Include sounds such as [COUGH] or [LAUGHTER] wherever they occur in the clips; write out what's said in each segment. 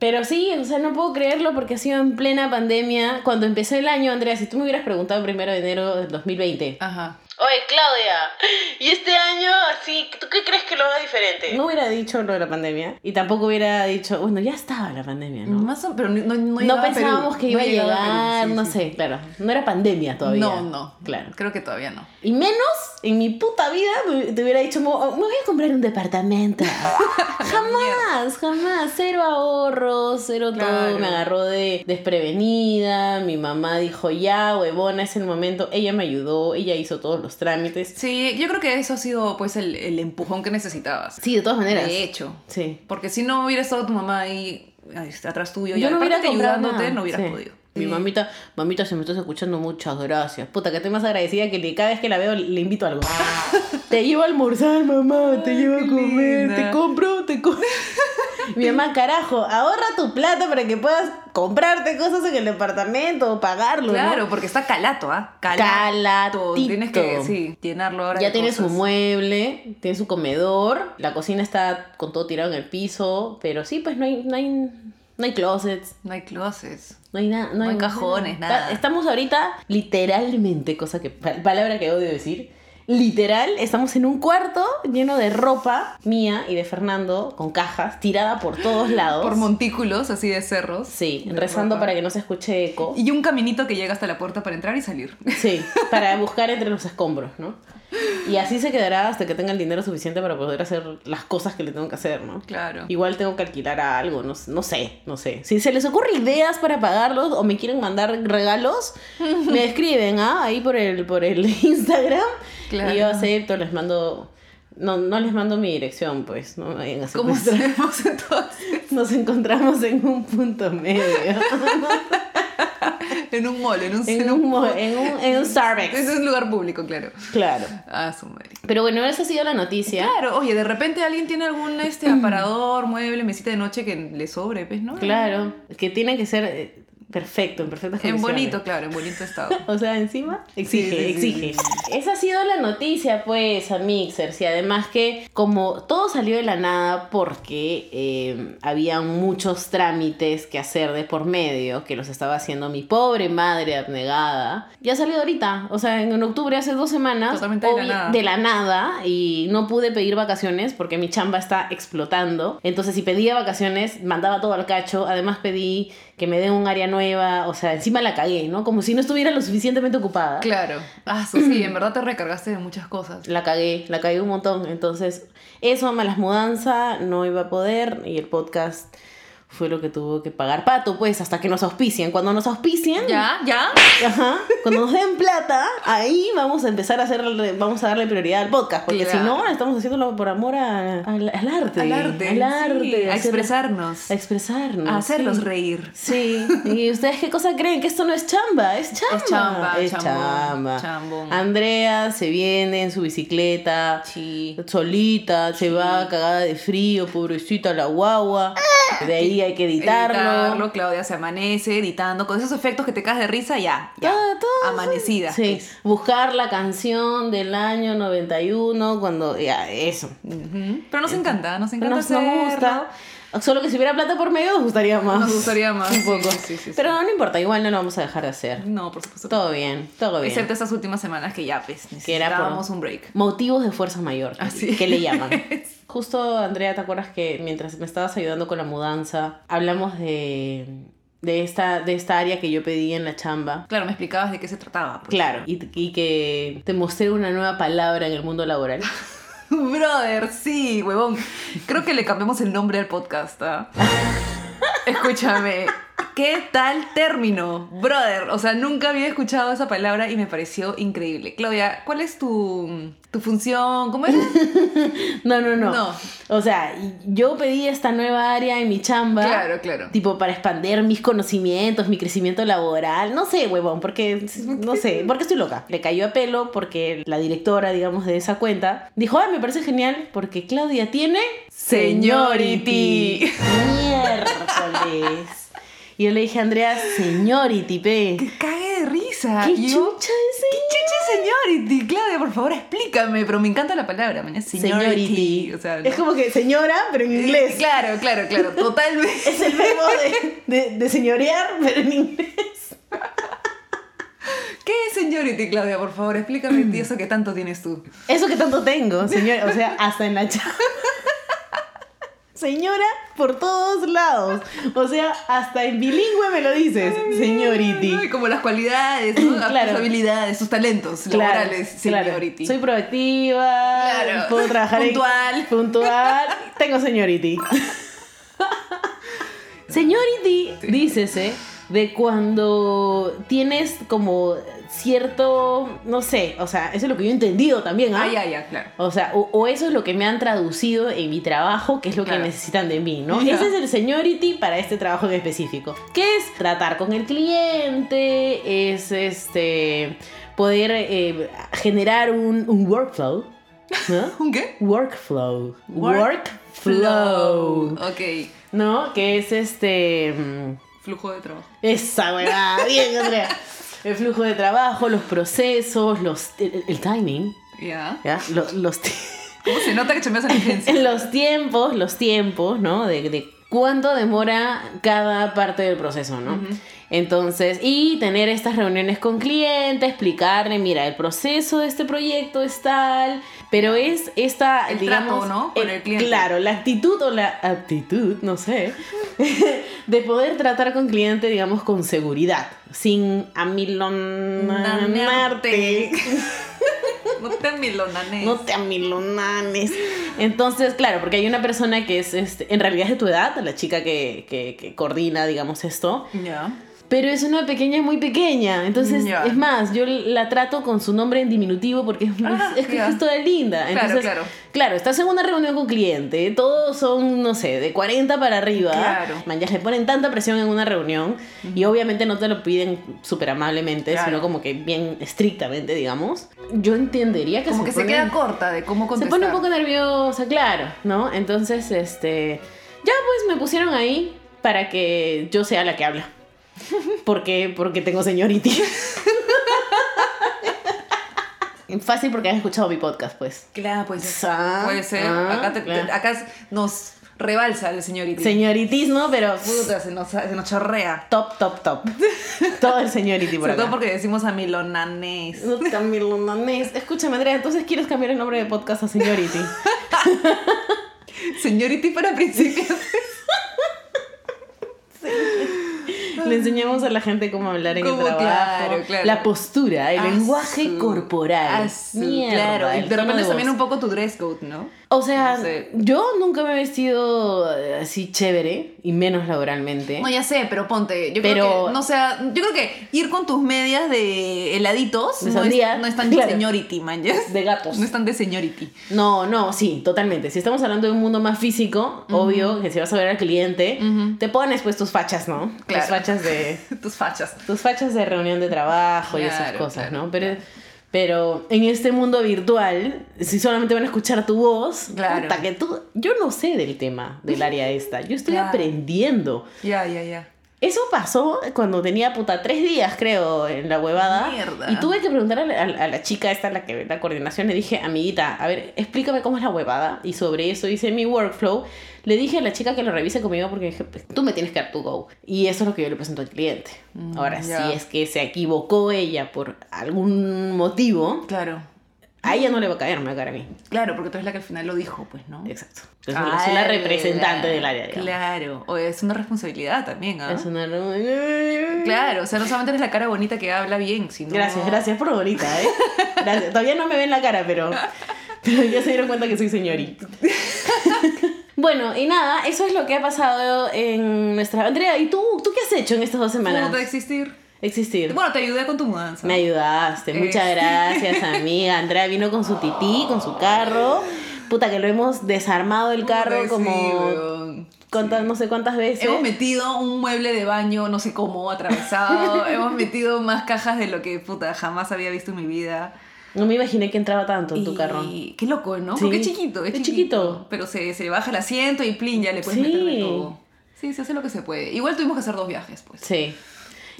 Pero sí, o sea, no puedo creerlo porque ha sido en plena pandemia. Cuando empezó el año, Andrea, si tú me hubieras preguntado primero de enero del 2020. Ajá. Oye, Claudia, ¿y este año así, tú qué crees que lo haga diferente? No hubiera dicho lo de la pandemia y tampoco hubiera dicho, bueno, ya estaba la pandemia, ¿no? Más o- pero no, no, no llegaba a Perú. pensábamos que iba No a llegar, llegaba a Perú, sí, no sí. sé, claro, no era pandemia todavía. No, no. Claro. Creo que todavía no. Y menos en mi puta vida me- te hubiera dicho, me me voy a comprar un [LAUGHS] departamento. jamás, jamás. Cero ahorros, cero todo. Claro. Me agarró de desprevenida. Mi mamá dijo, ya, huevona, es el momento. Ella me ayudó, ella hizo todos los trámites. Sí, yo creo que eso ha sido, pues, el, el empujón que necesitabas. Sí, de todas maneras. De hecho. Sí. Porque si no hubiera estado tu mamá ahí ay, este, atrás tuyo y Yo no aparte hubiera que comprado ayudándote, nada. no hubieras Sí. podido. Mi Sí. mamita, mamita, si me estás escuchando, muchas gracias. Puta, que estoy más agradecida que le- cada vez que la veo le invito algo. [LAUGHS] te llevo a almorzar, mamá, te Ah. Ay, llevo a qué comer, te linda. compro, te [LAUGHS] compro. Mi mamá, carajo, ahorra tu plata para que puedas comprarte cosas en el departamento o pagarlo. ¿no? Claro, porque está calato, ¿ah? Calatito. Tienes que sí, llenarlo ahora. Ya de tiene su cosas. mueble, tiene su comedor, la cocina está con todo tirado en el piso, pero sí, pues no hay, no hay, no hay closets, No hay closets. No hay nada, no No hay hay cajones, Está- nada. Estamos ahorita literalmente, cosa que pa- palabra que odio decir, literal, estamos en un cuarto lleno de ropa mía y de Fernando con cajas tirada por [LAUGHS] todos lados. Por montículos, así de cerros. sí, De rezando ropa. para que no se escuche eco. Y un caminito que llega hasta la puerta para entrar y salir. [LAUGHS] Sí, para buscar entre los escombros, ¿no? Y así se quedará hasta que tenga el dinero suficiente para poder hacer las cosas que le tengo que hacer, ¿no? Claro. Igual tengo que alquilar a algo, no, no sé, no sé. Si se les ocurre ideas para pagarlos o me quieren mandar [LAUGHS] regalos, me escriben, ¿ah? Ahí por el, por el [LAUGHS] Instagram. Claro. Y yo acepto, les mando... No, no les mando mi dirección, pues. No me vayan a ¿Cómo secuestrar. hacemos [LAUGHS] entonces? [LAUGHS] Nos encontramos en un punto medio. En un mall, en un... en, un, mo- en, un, en un Starbucks. Es un lugar público, claro. Claro. Ah, su madre. Pero bueno, esa ha sido la noticia. Claro, oye, de repente alguien tiene algún este aparador, mueble, mesita de noche que le sobre, pues, ¿no? Claro. Que tiene que ser eh, perfecto, en perfectas En condiciones. bonito, claro, en bonito estado. [LAUGHS] O sea, encima exige, Sí, sí, sí, exige. Esa ha sido la noticia, pues, a Mixer. Y además que como todo salió de la nada porque eh, había muchos trámites que hacer de por medio, que los estaba haciendo mi pobre madre abnegada, ya salió ahorita. O sea, en, en octubre, hace dos semanas, Totalmente de la obvi- nada. de la nada, y no pude pedir vacaciones porque mi chamba está explotando. Entonces, si pedía vacaciones, mandaba todo al cacho. Además, pedí que me den un área nueva. O sea, encima la cagué, ¿no? Como si no estuviera lo suficientemente ocupada. [LAUGHS] Claro. Ah, su- sí, en verdad te recargaste de muchas cosas. La cagué, la cagué un montón. Entonces, eso más las mudanzas, no iba a poder. Y el podcast fue lo que tuvo que pagar Pato, pues, hasta que nos auspicien. Cuando nos auspicien, Ya, ya. ajá, cuando nos den plata, ahí vamos a empezar a hacer, vamos a darle prioridad al podcast, porque si Claro. no, estamos haciéndolo por amor a- al, al arte. Al arte. al sí, arte, a hacer- expresarnos. A expresarnos. A hacerlos sí. reír. Sí, ¿y ustedes qué cosa creen? Que esto no es chamba, es chamba. Es chamba, es chambón, chamba. chambón. Andrea se viene en su bicicleta, Sí. solita, se va cagada de frío, pobrecita la guagua. De ahí hay que editarlo. Editarlo, Claudia se amanece editando con esos efectos que te cagas de risa, ya. ya. Todo, todo, Amanecida. Sí, pues. buscar la canción del año 91, cuando. Ya, eso. Ujú. Pero nos encanta, nos encanta Pero nos, nos hacerlo. gusta. Solo que si hubiera plata por medio, nos gustaría más. Nos gustaría más. Un poco. sí, sí, sí, sí. [LAUGHS] Pero no importa, igual no lo vamos a dejar de hacer. No, por supuesto. Todo bien, todo bien. Excepto estas últimas semanas que ya, pues, Que era por- necesitábamos un break. Motivos de fuerza mayor, que- Así que le llaman. Justo, Andrea, ¿te acuerdas que mientras me estabas ayudando con la mudanza, hablamos de, de, esta, de esta área que yo pedí en la chamba? Claro, me explicabas de qué se trataba. pues. Claro, y, y que te mostré una nueva palabra en el mundo laboral. [LAUGHS] Brother, sí, huevón. Creo que le cambiamos el nombre al podcast. ¿ah? [LAUGHS] Escúchame. ¿Qué tal término? Brother. O sea, nunca había escuchado esa palabra y me pareció increíble. Claudia, ¿cuál es tu, tu función? ¿Cómo es? No, no, [LAUGHS] no. No. O sea, yo pedí esta nueva área en mi chamba. Claro, claro. Tipo, para expandir mis conocimientos, mi crecimiento laboral. No sé, huevón, porque. No sé, porque estoy loca. Le cayó a pelo porque la directora, digamos, de esa cuenta dijo: Ay, me parece genial porque Claudia tiene. Señority. Miércoles. Y yo le dije a Andrea: Señority, pe. ¿Qué Cague de risa. chucha Y es yo, señor? Chuchi señority, Claudia, por favor, explícame, pero me encanta la palabra, mañana señority. Señority. O sea, Es como que señora, pero en inglés. Claro, claro, claro, [LAUGHS] totalmente. Es el verbo de, de, de señorear, pero en inglés. ¿Qué es señority, Claudia? Por favor, explícame Mm. tío, eso que tanto tienes tú. Eso que tanto tengo, señora. O sea, hasta en la chamba. Señora por todos lados. O sea, hasta en bilingüe me lo dices, señority. Ay, como las cualidades, ¿no? [CLEARS THROAT] Las Claro. habilidades, sus talentos laborales, claro. señority. Soy proactiva. Claro. Puedo trabajar en- Puntual. puntual. Tengo [LAUGHS] señority. señority, dícese, de cuando tienes como cierto, no sé, o sea, eso es lo que yo he entendido también. ¿ah? Ah, ya, ya, claro. O sea, o, o eso es lo que me han traducido en mi trabajo, que es lo Claro. que necesitan de mí, ¿no? [LAUGHS] Ya. Ese es el seniority para este trabajo en específico. Que es tratar con el cliente, es este poder eh, generar un, un workflow. [LAUGHS] ¿no? ¿Un qué? workflow. Work- Workflow. Ok, ¿No? Que es este. mm, flujo de trabajo. Esa weá. [LAUGHS] Bien, Andrea. El flujo de trabajo, los procesos, los, el, el timing, Ya. ¿ya? Los, los ti- ¿Cómo se nota que chambeas a la agencia? en [LAUGHS] los tiempos, los tiempos, ¿no? De, de cuánto demora cada parte del proceso, ¿no? Ujú. Entonces, y tener estas reuniones con clientes, explicarle, mira, el proceso de este proyecto es tal, pero es esta, El digamos, eh, trato, ¿no? Con el cliente. Claro, la actitud o la aptitud, no sé, [LAUGHS] de poder tratar con cliente, digamos, con seguridad, sin amilonarte. no te amilonanes. No te amilonanes. Pues. Entonces, claro, porque hay una persona que es, este, en realidad es de tu edad, la chica que, que- que coordina, digamos, esto, Ya. pero es una pequeña muy pequeña. Entonces, Ya. es más, yo la trato con su nombre en diminutivo porque es, muy- Ah, es que ya. es toda linda. Claro, Entonces, claro. Claro, estás en una reunión con cliente, todos son, no sé, de 40 para arriba. Claro. Man, ya le ponen tanta presión en una reunión y obviamente no te lo piden súper amablemente, Claro. sino como que bien estrictamente, digamos. Yo entendería que Como que se ponen- queda corta de cómo se contestar. pone un poco nerviosa, claro, ¿no? Entonces, este, ya pues me pusieron ahí para que yo sea la que [LAUGHS] habla. Porque, porque tengo señority. [LAUGHS] Fácil porque han escuchado mi podcast, pues. Claro, pues. Ah, Puede ser. ah, acá, te- te- claro. acá nos rebalsa el señority. Señoritis, ¿no? Pero Puta, se nos, se nos chorrea. top, top, top. Todo el señority por Sobre todo acá. porque decimos a milonanés. No, también lo mames. Escúchame, Andrea, entonces quieres cambiar el nombre de podcast a señority. Señority para principiantes. Le enseñamos a la gente cómo hablar en el Cómo, trabajo. claro, claro. La postura, [LAUGHS] el Ah, lenguaje su- corporal. ah, su- Mierda, claro. el Y de tono repente de también voz. un poco tu dress code, ¿no? O sea, No sé. yo nunca me he vestido eh, así chévere, y menos laboralmente. No, ya sé, pero ponte. Yo creo ¿Eh? Pero- que, no sea, yo creo que ir con tus medias de heladitos De no, sandía, es, no es tan claro. de señority, man. ¿ya? de gatos. No es tan de señority. [LAUGHS] No, no, sí, totalmente. Si estamos hablando de un mundo más físico, Ujú. obvio que si vas a ver al cliente, Ujú. te pones pues tus fachas, ¿no? Claro. Tus fachas de Tus fachas. tus fachas de reunión de trabajo y esas Claro, cosas, claro, ¿no? Pero pero en este mundo virtual, si solamente van a escuchar tu voz, Claro. puta que tú, yo no sé del tema del área esta, yo estoy Claro. aprendiendo. Ya, ya, ya. Eso pasó cuando tenía puta tres días, creo, en la huevada. Mierda. Y tuve que preguntar a la, a la chica esta, la que ve la coordinación, le dije, amiguita, a ver, explícame cómo es la huevada. Y sobre eso hice mi workflow. Le dije a la chica que lo revise conmigo porque dije, "Pues, tú me tienes que dar tu go. Y eso es lo que yo le presento al cliente. Mm, Ahora, ya. si es que se equivocó ella por algún motivo, Claro. a ella no le va a caer, me va a caer a mí. Claro, porque tú eres la que al final lo dijo, pues, ¿no? Exacto. Entonces, soy la Ah, representante del área. digamos. Claro. O es una responsabilidad también, ¿ah? Es [LAUGHS] una- Claro, o sea, no solamente eres la cara bonita que habla bien, sino. Gracias, gracias por bonita, ¿eh? Gracias. Todavía no me ven la cara, pero, pero ya se dieron cuenta que soy señorita. [LAUGHS] Bueno, y nada, eso es lo que ha pasado en nuestra... Andrea, ¿y tú, tú qué has hecho en estas dos semanas? ¿Cómo te existir? Existir. Bueno, te ayudé con tu mudanza. Me ayudaste, muchas Eh. gracias, amiga. Andrea vino con su tití, con su carro. Puta, que lo hemos desarmado el carro Sí, como... weón. cuántas- no sé cuántas veces. Hemos metido un mueble de baño, no sé [LAUGHS] cómo, atravesado. Hemos metido más cajas de lo que puta jamás había visto en mi vida. No me imaginé que entraba tanto en tu Y carro. Qué loco, ¿no? Sí. Porque es chiquito, es, Es chiquito. chiquito. Pero se, se le baja el asiento y plin, ya le puedes Sí. meter de todo. Sí, se hace lo que se puede. Igual tuvimos que hacer dos viajes, pues. Sí.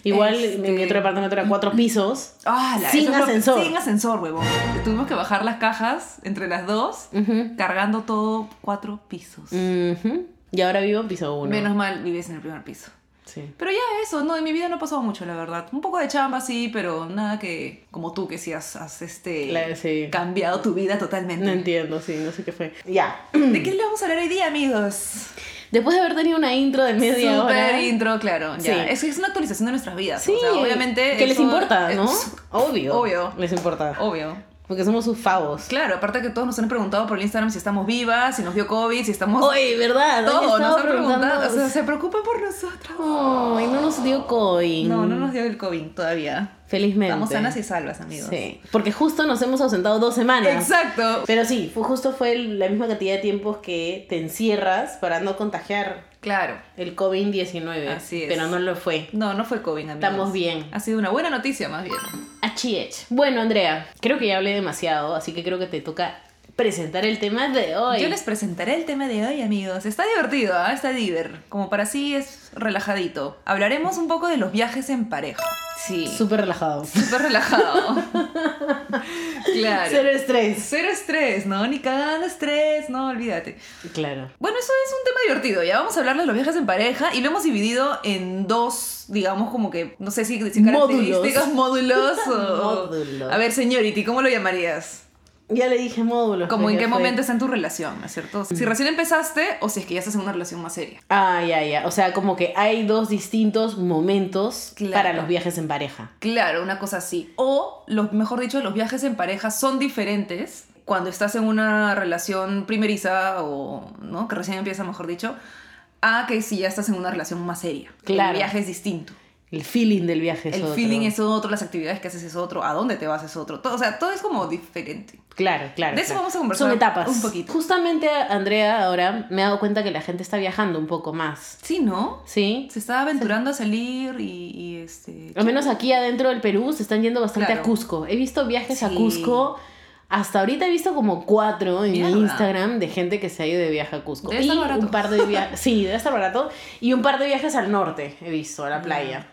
Igual mi Este- otro departamento era cuatro pisos. Ah, la- Sin eso es lo- ascensor. Sin ascensor, huevón. Tuvimos que bajar las cajas entre las dos, Ujú. cargando todo cuatro pisos. Ujú. Y ahora vivo en piso uno. Menos mal vives en el primer piso. Sí. Pero ya eso, no, en mi vida no ha pasado mucho, la verdad. Un poco de chamba, sí, pero nada que como tú que sí has, has, este, Claro, sí. cambiado tu vida totalmente. No entiendo, sí, no sé qué fue. Ya. ¿De qué le vamos a hablar hoy día, amigos? Después de haber tenido una intro de media Super hora. intro, claro. Sí. Ya. Es, es una actualización de nuestras vidas. Sí, o sea, obviamente. Que les eso importa, es- ¿no? Obvio. Obvio. Les importa. Obvio. Porque somos sus favos. Claro, aparte que todos nos han preguntado por el Instagram si estamos vivas, si nos dio COVID, si estamos. Oye, ¿verdad? Hoy todo, estaba nos han preguntado. O preguntando- sea, se preocupan por nosotros. Ay, no nos dio coin. No, no nos dio el COVID todavía. Felizmente. Estamos sanas y salvas, amigos. Sí. Porque justo nos hemos ausentado dos semanas. Exacto. Pero sí, fue, justo fue el- la misma cantidad de tiempos que te encierras para no contagiar Claro. el COVID-19. Así es. Pero no lo fue. No, no fue COVID, amigos. Estamos bien. Ha sido una buena noticia, más bien. Achich. Bueno, Andrea, creo que ya hablé demasiado, así que creo que te toca presentar el tema de hoy. Yo les presentaré el tema de hoy, amigos. Está divertido, ¿ah? está diver. Como para sí es relajadito. Hablaremos un poco de los viajes en pareja. Sí. Súper relajado. Súper relajado. [LAUGHS] claro. Cero estrés. Cero estrés, ¿no? Ni cagando estrés, no, olvídate. Claro. Bueno, eso es un tema divertido. Ya vamos a hablar de los viajes en pareja y lo hemos dividido en dos, digamos, como que, no sé si decir características, [LAUGHS] módulos. o- Módulos. A ver, señority, ¿cómo lo llamarías? Ya le dije módulos. Como pero en ya qué Este fue. momento está en tu relación, ¿no es cierto? Si recién empezaste o si es que ya estás en una relación más seria. Ah, ya, ya. O sea, como que hay dos distintos momentos Claro. para los viajes en pareja. Claro, una cosa así. O, los, mejor dicho, los viajes en pareja son diferentes cuando estás en una relación primeriza o, ¿no? Que recién empieza, mejor dicho, a que si ya estás en una relación más seria. Claro. El viaje es distinto. El feeling del viaje es el otro. feeling es otro, las actividades que haces es otro, a dónde te vas es otro. Todo, o sea, todo es como diferente. Claro, claro. De eso claro. vamos a conversar Son etapas. un poquito. Justamente, Andrea, ahora me he dado cuenta que la gente está viajando un poco más. Sí, ¿no? ¿Sí? Se está aventurando a salir y, y, este... Al menos aquí adentro del Perú se están yendo bastante Claro. a Cusco. He visto viajes a Sí. Cusco. Hasta ahorita he visto como cuatro en mi Mierda. Instagram de gente que se ha ido de viaje a Cusco. Debe y estar barato. un par de [LAUGHS] viajes. sí, debe estar barato. Y un par de viajes al norte he visto, a la playa.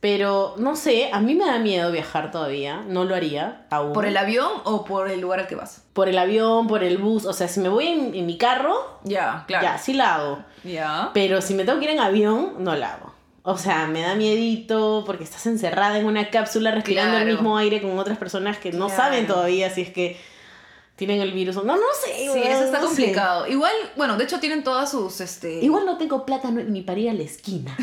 Pero no sé, a mí me da miedo viajar todavía. No lo haría aún. ¿Por el avión o por el lugar al que vas? Por el avión, por el bus. O sea, si me voy en, en mi carro, Ya, ya, sí la hago. Ya. Pero si me tengo que ir en avión, no la hago. O sea, me da miedito porque estás encerrada en una cápsula respirando el Claro. mismo aire con otras personas que no Claro. saben todavía si es que tienen el virus o no. No sé. Sí, weón, eso está no sé. complicado. Igual, bueno, de hecho tienen todas sus, este... [LAUGHS] Igual no tengo plata no- ni para ir a la esquina.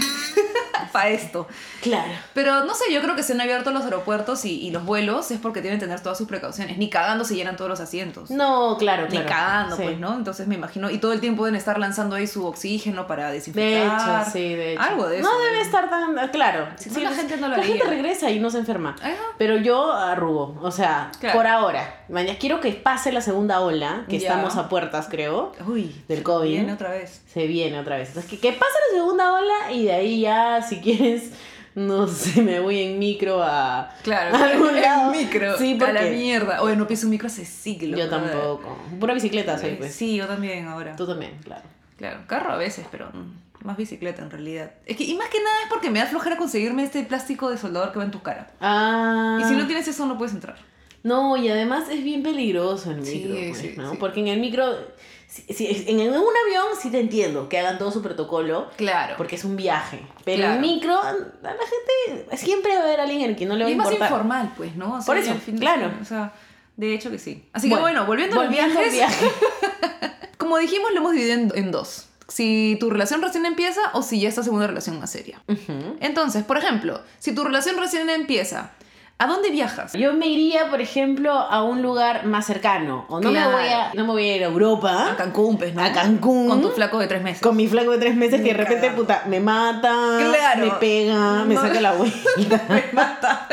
para esto. Claro. Pero no sé, yo creo que se han abierto los aeropuertos y, y los vuelos es porque tienen que tener todas sus precauciones. Ni cagando se llenan todos los asientos. No, claro, Ni claro. cagando, Sí. pues, ¿no? Entonces me imagino. Y todo el tiempo deben estar lanzando ahí su oxígeno para De desinfectar. hecho, sí, de hecho. Algo de eso. No debe estar tan. Claro. Si no, la gente no lo La haría. gente regresa y no se enferma. Ajá. Pero yo arrugo. O sea, Claro. por ahora. Mañana quiero que pase la segunda ola, que Ya. estamos a puertas, creo. Uy, Del COVID. Bien, otra vez. Se viene otra vez. Entonces, que, que pase la segunda ola y de ahí ya, si quieres, [LAUGHS] no sé, me voy en micro a. [LAUGHS] Claro, A algún el lado. micro. Sí, a la porque- mierda. Oye, no pienso un micro hace siglos. yo brother. tampoco. Pura bicicleta soy, pues. Sí, yo también ahora. Tú también, claro. Claro, carro a veces, pero mm, más bicicleta en realidad. Es que, y más que nada es porque me da flojera conseguirme este plástico de soldador que va en tu cara. Ah. Y si no tienes eso, no puedes entrar. No, y además es bien peligroso el Sí, micro, pues, sí, ¿no? sí. Porque en el micro, si, si- en un avión sí te entiendo que hagan todo su protocolo, Claro. porque es un viaje. Pero en Claro. micro, a la gente siempre va a haber alguien al que no le va a y es más importar. informal, pues, ¿no? O Por eso, al de claro. semana, O sea, de hecho que sí. Así que bueno, volviendo, a los al viajes, [LAUGHS] como dijimos, lo hemos dividido en, en dos. Si tu relación recién empieza o si ya estás en una relación más seria. Ujú. Entonces, por ejemplo, si tu relación recién empieza, ¿a dónde viajas? Yo me iría, por ejemplo, a un lugar más cercano. O no, Claro. me, voy a, no me voy a ir a Europa, A Cancún, pues, ¿no? a Cancún. Con tu flaco de tres meses. con mi flaco de tres meses que de Ni repente, cagando. puta, me mata, Claro. me pega, me No. saca [LAUGHS] la vuelta. Me mata.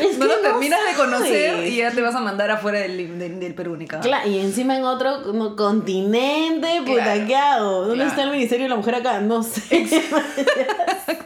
Es [LAUGHS] no que lo terminas de conocer sabes. y ya te vas a mandar afuera del, del, del Perú, ni cagando. Cla- y encima en otro como continente, puta, Claro, ¿qué hago? ¿Dónde claro. está el Ministerio de la Mujer acá? No sé. [LAUGHS]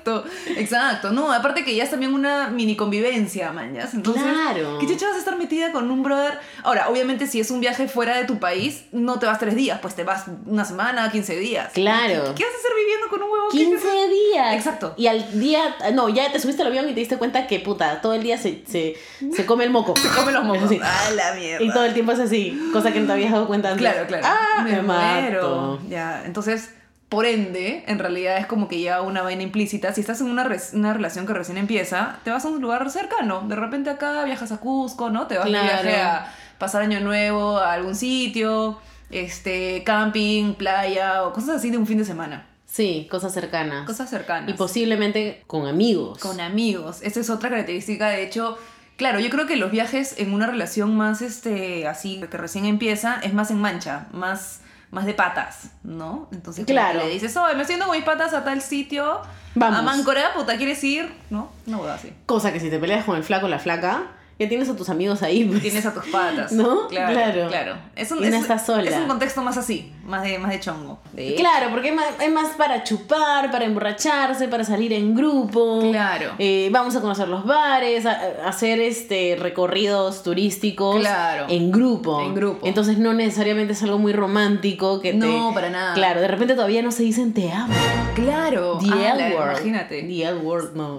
Exacto, exacto. No, aparte que ya es también una mini convivencia, mañas. Entonces, Claro. ¿qué chucha vas a estar metida con un brother? Ahora, obviamente, si es un viaje fuera de tu país, no te vas tres días, pues te vas una semana, 15 días. Claro. ¿Qué vas a hacer viviendo con un huevo? que- 15 días. Exacto. Y al día, no, ya te subiste al avión y te diste cuenta que puta, todo el día se, se, se come el moco. Se come los [LAUGHS] mocos. Sí. A la mierda. Y todo el tiempo es así, cosa que no te habías dado cuenta antes. Claro, claro. Ah, me, muero. mato. Ya, entonces, por ende, en realidad es como que ya una vaina implícita. Si estás en una, res- una relación que recién empieza, te vas a un lugar cercano. De repente acá viajas a Cusco, ¿no? Te vas de Claro. viaje a pasar año nuevo a algún sitio, este, camping, playa o cosas así de un fin de semana. Sí, cosas cercanas. Cosas cercanas. y posiblemente con amigos. Con amigos. Esa es otra característica, de hecho. Claro, yo creo que los viajes en una relación más este así que recién empieza es más en mancha, más más de patas, ¿no? Entonces como Claro. que le dices, "Oye, me siento con mis patas a tal sitio, Vamos. a Máncora, puta, ¿quieres ir?" No, no voy así. Cosa que si te peleas con el flaco o la flaca, ya tienes a tus amigos ahí. pues. Tienes a tus [LAUGHS] patas. ¿No? Claro. Claro. Claro. Es un Y no es- estás sola. es un contexto más así, más de más de chongo. De- Claro, porque hay más, hay más para chupar, para emborracharse, para salir en grupo. Claro. Eh, vamos a conocer los bares, a- a hacer este recorridos turísticos Claro. en grupo. En grupo. Entonces no necesariamente es algo muy romántico que te. No, para nada. Claro, de repente todavía no se dicen te amo. Claro. The Ah, L la- word. Imagínate. The L word, [LAUGHS] no.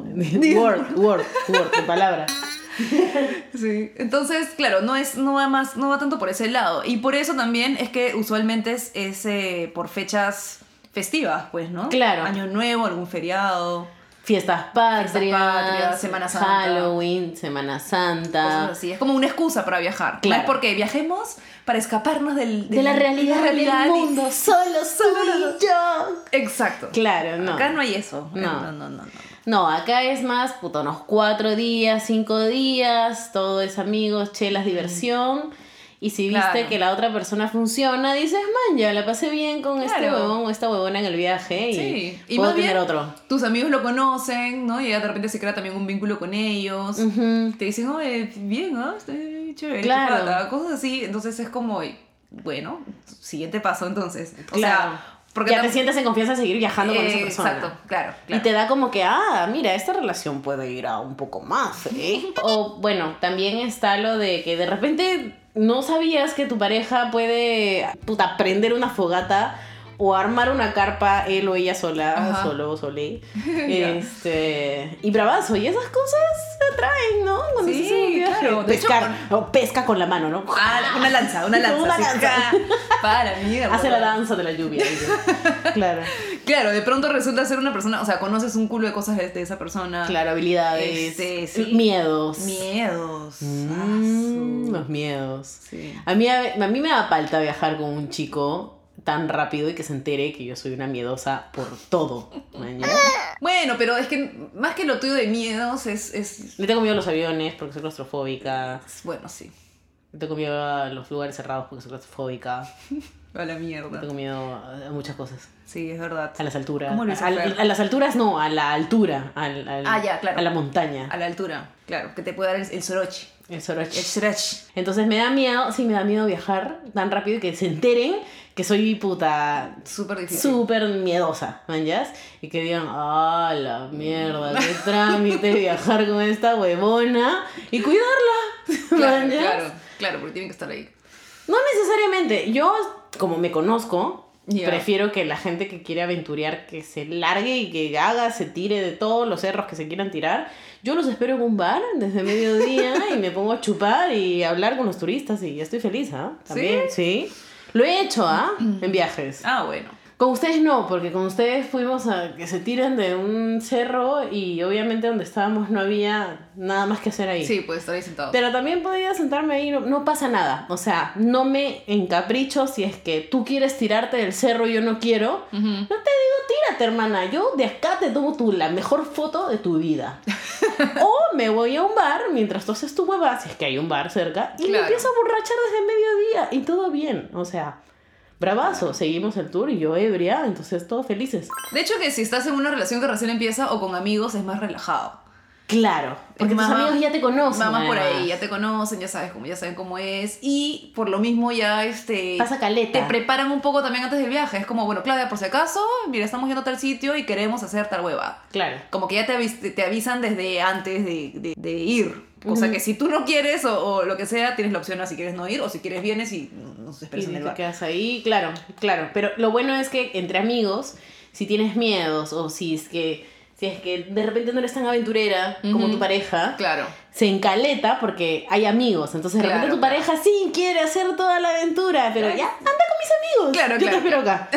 word, word, word, de palabra. Sí. Entonces, claro, no es, no va más, no va tanto por ese lado. Y por eso también es que usualmente es, es, eh, por fechas festivas, pues, ¿no? Claro. Año nuevo, algún feriado. Fiestas patrias, patrias, Semana Santa. Halloween, Semana Santa. Cosas así. Es como una excusa para viajar. Ah. Claro. No es porque viajemos para escaparnos del, de la realidad, realidad del y- mundo, solo Solo- soy yo. Exacto. Claro, no. Acá no hay eso. No. Eh, No, no, no. no. No, acá es más, puta, unos cuatro días, cinco días, todo es amigos, chelas, diversión. Y si viste Claro. que la otra persona funciona, dices, man, ya la pasé bien con este Claro. huevón o esta huevona en el viaje y, Sí. puedo más bien, tener otro. Tus amigos lo conocen, ¿no? Y ya de repente se crea también un vínculo con ellos. Ujú. te dicen, oye, bien, ¿ah? Está chévere, tu Claro. pata", cosas así. Entonces es como, bueno, siguiente paso entonces. O Claro. sea, porque ya te tam- sientes en confianza de seguir viajando con esa Eh, persona. Exacto, claro. Y te da como que, ah, mira, esta relación puede ir a un poco más, ¿eh? [LAUGHS] o bueno, también está lo de que de repente no sabías que tu pareja puede puta, prender una fogata o armar una carpa él o ella sola, Ajá. solo o [LAUGHS] sole. Ya. este, y bravazo, y esas cosas se atraen, ¿no? Cuando se Sí, hace un viaje. claro. De hecho, Pescar, o pesca con la mano, ¿no? Ah, la- una lanza, una lanza. [LAUGHS] Una así, lanza. ja, [LAUGHS] Para, [LAUGHS] mierda. Hace la danza de la lluvia. [LAUGHS] dice. claro, Claro, de pronto resulta ser una persona, o sea, conoces un culo de cosas de, de esa persona. claro, habilidades, Este, sí. miedos. Miedos. Mm, Ah, los su- miedos. Sí. A mí, a, a mí me da falta viajar con un chico tan rápido y que se entere que yo soy una miedosa por todo. maña. Bueno, pero es que más que lo tuyo de miedos es, es Me tengo miedo a los aviones porque soy claustrofóbica. es- bueno, sí, Me tengo miedo a los lugares cerrados porque soy claustrofóbica. a la Me mierda. tengo miedo a a muchas cosas. Sí, es verdad. A las alturas. ¿Cómo lo hizo a, al- Fer? a las alturas no, a la altura. al- al- Ah, ya, claro. A la montaña. A la altura, claro, que te puede dar el, el soroche. El soroche. El soroche. Entonces me da miedo, sí, me da miedo viajar tan rápido y que se enteren que soy puta Súper difícil. súper miedosa, manjas, y que digan, ah, la mierda, qué trámite viajar con esta huevona y cuidarla, [LAUGHS] Claro, manjas. claro, claro, porque tiene que estar ahí. No necesariamente, yo como me conozco, Ya. prefiero que la gente que quiere aventurear que se largue y que haga, se tire de todos los cerros que se quieran tirar. Yo los espero en un bar desde mediodía [LAUGHS] y me pongo a chupar y a hablar con los turistas y estoy feliz, ¿ah? También, ¿Sí? Lo he hecho, [CLEARS THROAT] ¿ah? En viajes. Ah, bueno. Con ustedes no, porque con ustedes fuimos a que se tiran de un cerro y obviamente donde estábamos no había nada más que hacer ahí. Sí, puede estar ahí sentado. Pero también podía sentarme ahí, no, no pasa nada. O sea, no me encapricho si es que tú quieres tirarte del cerro y yo no quiero. Ujú. Tírate, hermana. Yo de acá te tomo tu, la mejor foto de tu [LAUGHS] vida. o me voy a un bar mientras tú haces tu hueva, si es que hay un bar cerca, y me Claro. empiezo a borrachar desde mediodía y todo bien. O sea, bravazo. Seguimos el tour y yo ebria, entonces todos felices. De hecho, que si estás en una relación que recién empieza o con amigos es más relajado. Claro, porque Es tus más- amigos ya te conocen. Va más por además. ahí, ya te conocen, ya sabes cómo, ya saben cómo es. Y por lo mismo ya este. Pasa te caleta. preparan un poco también antes del viaje. Es como, bueno, Claudia, por si acaso, mira, estamos yendo a tal sitio y queremos hacer tal hueva. Claro. Como que ya te, avis- te avisan desde antes de, de- de ir. O sea, Ujú. que si tú no quieres o, o lo que sea, tienes la opción a si quieres no ir o si quieres vienes y nos esperas Y en el te bar. quedas ahí, claro, claro. Pero lo bueno es que entre amigos, si tienes miedos o si es que, si es que de repente no eres tan aventurera como Ujú. tu pareja, Claro. se encaleta porque hay amigos. Entonces de repente Claro, tu claro. pareja sí quiere hacer toda la aventura, pero Claro. ya anda con mis amigos. Claro, Yo claro, te espero acá.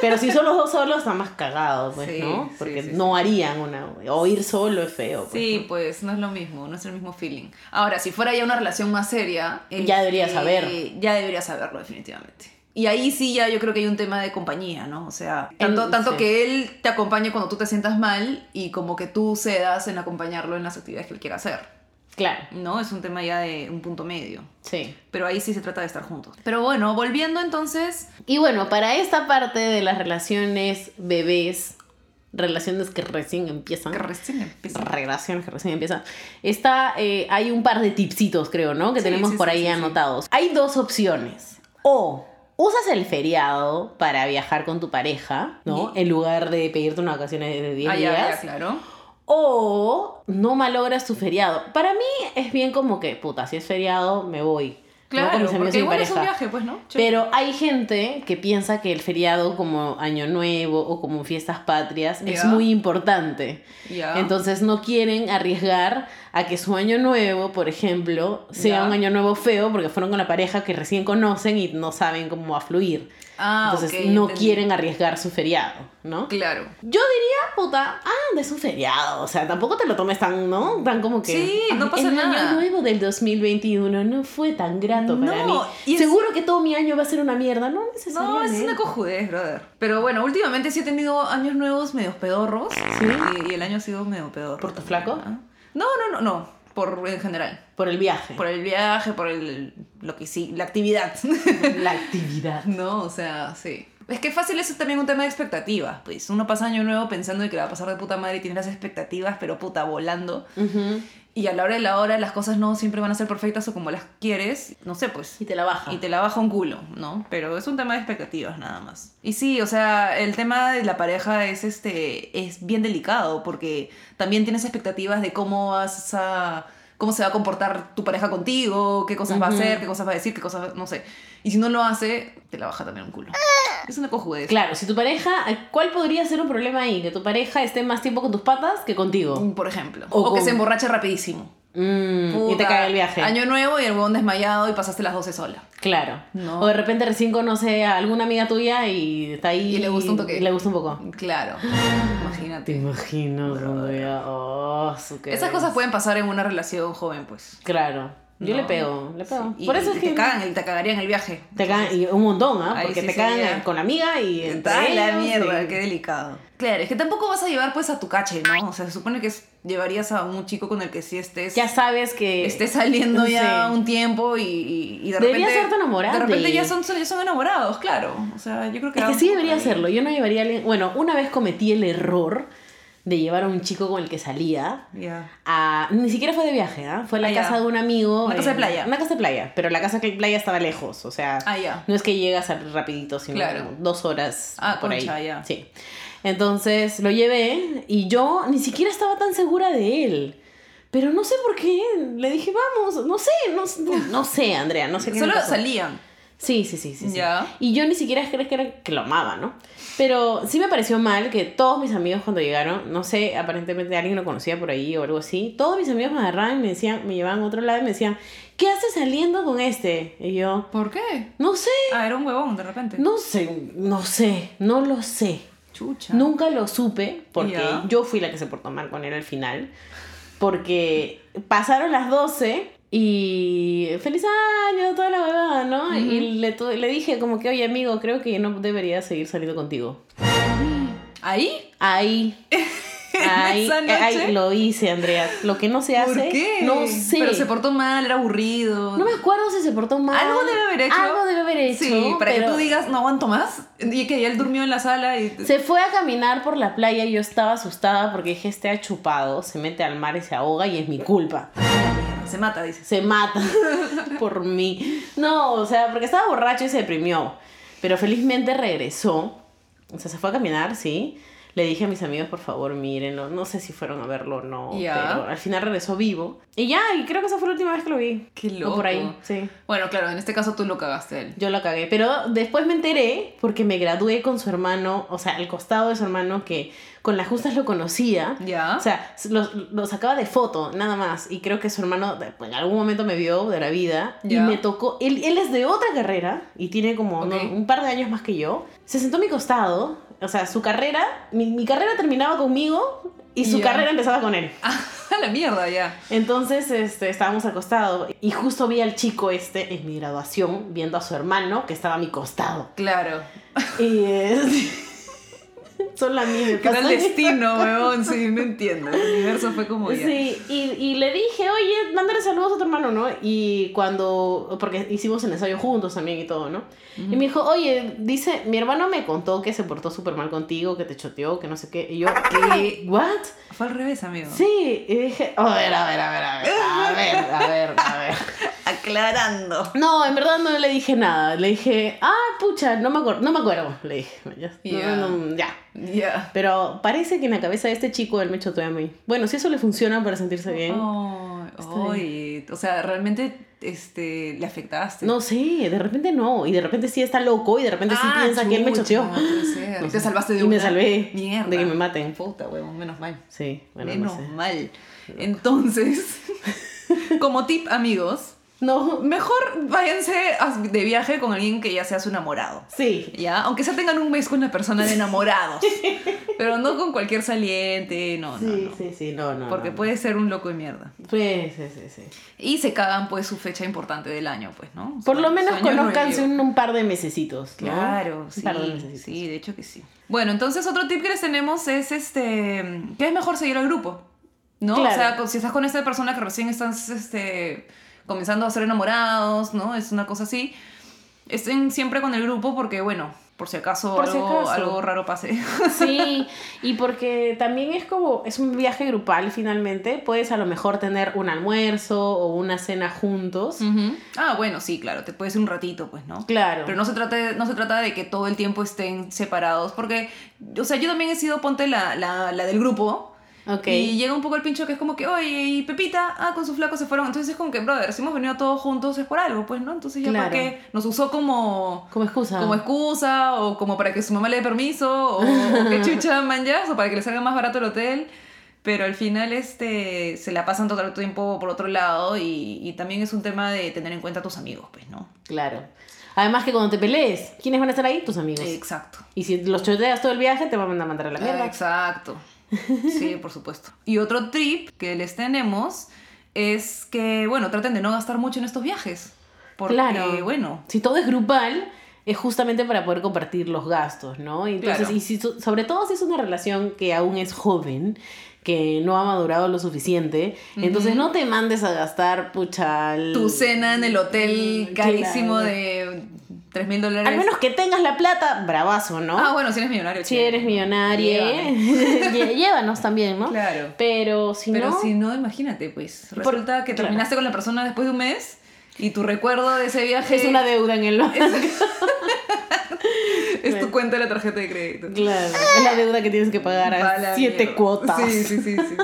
Pero si son los dos solos, está más cagado, pues, Sí, ¿no? sí, Porque sí, no harían una. O ir solo es feo. pues, Sí, ¿no? pues no es lo mismo, no es el mismo feeling. Ahora, si fuera ya una relación más seria. Ya deberías este, saber. Ya deberías saberlo, definitivamente. Y ahí sí ya yo creo que hay un tema de compañía, ¿no? O sea, tanto, Él- tanto sí. que él te acompañe cuando tú te sientas mal y como que tú cedas en acompañarlo en las actividades que él quiera hacer, Claro, ¿no? Es un tema ya de un punto medio. sí. Pero ahí sí se trata de estar juntos. Pero bueno, volviendo entonces. Y bueno, para esta parte de las relaciones bebés, relaciones que recién empiezan, Que recién empieza. relaciones que recién empiezan, está, eh, hay un par de tipsitos, creo, ¿no? Que Sí, tenemos sí, por sí, ahí sí, sí. anotados. Hay dos opciones. O usas el feriado para viajar con tu pareja, ¿no? Ye- En lugar de pedirte unas vacaciones de 10 Ah, ya, días. ya, claro. O no malogras tu feriado. Para mí es bien como que, puta, si es feriado, me voy. ¿no? Con Claro, mis amigos porque y mi igual es un pareja. viaje, pues, ¿no? Che- Pero hay gente que piensa que el feriado como Año Nuevo o como fiestas patrias es Ya. muy importante. Ya. Entonces no quieren arriesgar a que su Año Nuevo, por ejemplo, sea Ya. un Año Nuevo feo porque fueron con la pareja que recién conocen y no saben cómo va a fluir. Ah, Entonces ok, no entendí. quieren arriesgar su feriado, ¿no? Claro. Yo diría, puta, ah, es un feriado. O sea, tampoco te lo tomes tan, ¿no? Tan como que. Sí, no "Ay, pasa El nada". año nuevo del 2021 no fue tan grato para No, mí. y es- Seguro que todo mi año va a ser una mierda. No No, necesariamente. es una cojudez, brother. Pero bueno, últimamente sí he tenido años nuevos medio pedorros. Y, y el año ha sido medio pedorro. ¿Por tu también, flaco? ¿ah? No, no, no, no. Por en general. Por el viaje. Por el viaje, por el, lo que sí, la actividad. [LAUGHS] la actividad. no, o sea, sí. Es que fácil es también un tema de expectativas. Pues uno pasa año nuevo pensando de que la va a pasar de puta madre y tienes las expectativas, pero puta, volando. Ujú. Y a la hora de la hora las cosas no siempre van a ser perfectas o como las quieres. No sé, pues. Y te la baja. Y te la baja un culo, ¿no? Pero es un tema de expectativas nada más. Y sí, o sea, el tema de la pareja es este es bien delicado porque también tienes expectativas de cómo vas a cómo se va a comportar tu pareja contigo, qué cosas va a Ujú. hacer, qué cosas va a decir, qué cosas, no sé. Y si no lo hace, te la baja también un culo. Es una cojudez. Claro, si tu pareja. eh, ¿Cuál podría ser un problema ahí? Que tu pareja esté más tiempo con tus patas que contigo. Por ejemplo, O o, que con- se emborrache rapidísimo. Mm, y te Puta, cae el viaje. Año nuevo y el huevón desmayado y pasaste las 12 sola. Claro. No. O de repente recién conoce a alguna amiga tuya y está ahí. Y le gusta un toque. y le gusta un poco. [GASPS] Claro. Te Imagínate. imagino, cuando ya- oh, su que- Esas cosas pueden pasar en una relación joven, pues. Claro. Yo No. le pego, le pego. Sí, y- Por eso y es te que. cagan, y te cagarían el viaje. Te cagan, y un montón, ¿ah? Ahí Porque sí te sería- cagan con la amiga y entre Está la ellos, mierda, sí. qué delicado. Claro, es que tampoco vas a llevar pues a tu cache, ¿no? O sea, se supone que es- llevarías a un chico con el que sí estés, Ya sabes que. estés saliendo ya Sí. un tiempo y, y- y de Deberías repente... ser tu enamorado. De repente ya son, son- ya son enamorados, claro. O sea, yo creo que... Es va que un sí poco debería por ahí. hacerlo. Yo no llevaría a alguien. Bueno, una vez cometí el error de llevar a un chico con el que salía Ya. a. Ni siquiera fue de viaje, ¿ah? Fue a la Ah, ya. casa de un amigo. Una casa de playa. Una casa de playa. Pero la casa de playa estaba lejos. O sea. Ah, ya. No es que llegas al- rapidito, sino Claro. como dos horas Ah, por concha, ahí. ya. Sí. Entonces lo llevé y yo ni siquiera estaba tan segura de él. Pero no sé por qué. Le dije, vamos, no sé, no, no- no sé, Andrea, no sé qué me Solo pasó. salían. Sí, sí, sí, sí. sí. Ya. Y yo ni siquiera creo que, era- que lo amaba, ¿no? Pero sí me pareció mal que todos mis amigos cuando llegaron, no sé, aparentemente alguien lo conocía por ahí o algo así, todos mis amigos me agarraban y me decían, me llevaban a otro lado y me decían, ¿qué haces saliendo con este? Y yo, ¿Por qué? no sé, Ah, era un huevón de repente. no sé, no sé, no lo sé. Chucha. Nunca lo supe porque Ya. yo fui la que se portó mal con él al final. Porque pasaron las 12 y feliz año, toda la huevada, ¿no? Y le, tu- le dije como que, oye amigo, creo que no debería seguir saliendo contigo. ¿Ahí? [LAUGHS] Ahí. Ahí, eh, esa noche? ahí lo hice, Andrea. Lo que no se hace. ¿Por qué? No sé. Pero se portó mal, era aburrido. No me acuerdo si se portó mal. Algo debe haber hecho. Algo debe haber hecho. Sí, para que pero- tú digas, no aguanto más. Y que ya él durmió en la sala y. Se fue a caminar por la playa y yo estaba asustada porque dije, este ha chupado, se mete al mar y se ahoga y es mi culpa. Se mata, dices. Se mata [LAUGHS] por mí. No, o sea, porque estaba borracho y se deprimió. Pero felizmente regresó. O sea, se fue a caminar, sí. Le dije a mis amigos, por favor, mírenlo. No sé si fueron a verlo o no, Ya. pero al final regresó vivo. Y ya, y creo que esa fue la última vez que lo vi. Qué O loco. por ahí, sí. Bueno, claro, en este caso tú lo cagaste a él. Yo la cagué, pero después me enteré porque me gradué con su hermano, o sea, al costado de su hermano que con las justas lo conocía. Ya. O sea, lo, lo sacaba de foto, nada más. Y creo que su hermano de- pues, en algún momento me vio de la vida. Ya. Y me tocó. Él, él es de otra carrera y tiene como Ok. no, un par de años más que yo. Se sentó a mi costado. O sea, su carrera, mi, mi carrera terminaba conmigo y su Ya. carrera empezaba con él. [LAUGHS] a la mierda, ya. Entonces este, estábamos acostados y justo vi al chico este en mi graduación viendo a su hermano que estaba a mi costado. Claro. Y este, [LAUGHS] solo a mí me ¿Qué tal pasó eso. destino, weón? Sí, no entiendo. El universo fue como ya. Sí, y, y le dije, oye, mándale saludos a tu hermano, ¿no? Y cuando, porque hicimos el ensayo juntos también y todo, ¿no? Y me dijo, oye, dice, mi hermano me contó que se portó súper mal contigo, que te choteó, que no sé qué. Y yo, ¿qué? [LAUGHS] ¿What? Fue al revés, amigo. Sí, y dije, a ver, a ver, a ver, a ver, a ver, a ver, a ver. Aclarando. No, en verdad no le dije nada. Le dije, ah, pucha, no me acuerdo, no me acuerdo. Le dije, ya. No, Ya. no, no, ya. Ya. Pero parece que en la cabeza de este chico él me choteó a mí. Bueno, si eso le funciona para sentirse bien. Oh. Ay, ay, o sea, realmente este, le afectaste. No sé, de repente no. Y de repente sí está loco y de repente sí Ah, piensa que él me chucha, choteó. no puede ser. No Te sé. salvaste de Y me una. salvé Mierda. de que me maten. Puta, huevón, menos mal. Sí, bueno, menos no sé. mal. Entonces, [LAUGHS] como tip, amigos, No, mejor váyanse a- de viaje con alguien que ya sea su enamorado. sí. ¿Ya? Aunque sea tengan un mes con una persona [LAUGHS] de enamorados. Pero no con cualquier saliente, no, Sí, no, no. sí, sí, no, no. Porque no, no. puede ser un loco de mierda. Pues, sí, sí, sí. Y se cagan, pues, su fecha importante del año, pues, ¿no? O Por sea, lo menos su año conozcanse nuevo. un, un par de mesecitos, ¿no? Claro, sí, Un par de mesecitos. sí, de hecho que sí. Bueno, entonces otro tip que les tenemos es este, que es mejor seguir al grupo, ¿no? O Claro. sea, con- si estás con esta persona que recién estás este, comenzando a ser enamorados, ¿no? Es una cosa así. Estén siempre con el grupo porque, bueno, por si acaso, Por si algo, acaso. algo raro pase. Sí, y porque también es como, es un viaje grupal finalmente, puedes a lo mejor tener un almuerzo o una cena juntos. Ujú. [LAUGHS] Ah, bueno, sí, claro, te puedes ir un ratito, pues, ¿no? Claro. Pero no se, trata de, no se trata de que todo el tiempo estén separados, porque, o sea, yo también he sido, ponte, la, la, la del grupo, Ok. Y llega un poco el pincho que es como que, oye, y Pepita, ah, con su flaco se fueron. Entonces es como que, brother, si hemos venido todos juntos es por algo, pues, ¿no? Entonces ya Claro. Ah. porque nos usó como, Como excusa. como excusa o como para que su mamá le dé permiso o, o [LAUGHS] que chucha manjas o para que le salga más barato el hotel. Pero al final este, se la pasan todo el tiempo por otro lado y, y también es un tema de tener en cuenta a tus amigos, pues, ¿no? Claro. Además que cuando te pelees, ¿quiénes van a estar ahí? Tus amigos. Exacto. Y si los choteas todo el viaje, te van a mandar a la Ah, mierda. [LAUGHS] Exacto. Sí, por supuesto. Y otro trip que les tenemos es que, bueno, traten de no gastar mucho en estos viajes. Porque, Claro. bueno, Si todo es grupal, es justamente para poder compartir los gastos, ¿no? Entonces, Claro. y si, so- sobre todo si es una relación que aún es joven, que no ha madurado lo suficiente, entonces no te mandes a gastar, pucha, el- tu cena en el hotel Mm, carísimo claro. de 3 mil dólares. Al menos que tengas la plata, bravazo, ¿no? Ah, bueno, si eres millonario. si chévere. eres millonario, Llévame. [LAUGHS] lle- llévanos también, ¿no? Claro. Pero si Pero no... si no, imagínate, pues. Por- Resulta que claro. terminaste con la persona después de un mes y tu recuerdo de ese viaje Es una deuda en el banco. [LAUGHS] es tu cuenta de la tarjeta de crédito. [LAUGHS] Claro. Es la deuda que tienes que pagar Pa' a la siete mierda. cuotas. Sí, sí, sí, sí.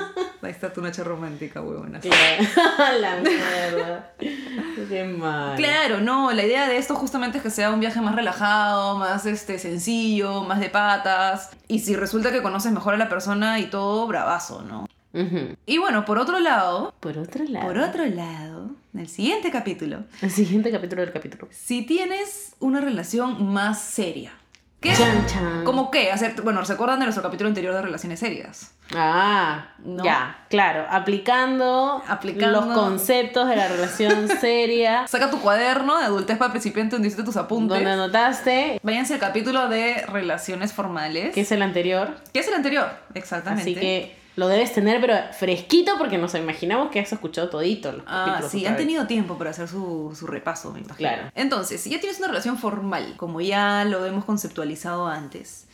Ahí está tu noche romántica, huevona. Claro. [LAUGHS] la mierda. Qué mal. Claro, no, la idea de esto justamente es que sea un viaje más relajado, más este, sencillo, más de patas. Y si resulta que conoces mejor a la persona y todo, bravazo, ¿no? Ujú. Y bueno, por otro lado, Por otro lado. por otro lado, en el siguiente capítulo, El siguiente capítulo del capítulo. si tienes una relación más seria. ¿Qué? Chan, chan. ¿Cómo qué? Hacer, bueno, ¿se acuerdan de nuestro capítulo anterior de relaciones serias? Ah, No. ya, claro. Aplicando, Aplicando. los conceptos de la [LAUGHS] relación seria. Saca tu cuaderno de adultez para principiante donde hiciste tus apuntes. donde anotaste, Váyanse al capítulo de relaciones formales. que es el anterior. que es el anterior, exactamente. Así que lo debes tener, pero fresquito, porque nos imaginamos que has escuchado todito. Los Ah, capítulos sí, otra han vez. tenido tiempo para hacer su, su repaso, me imagino. Claro. Entonces, si ya tienes una relación formal, como ya lo hemos conceptualizado antes,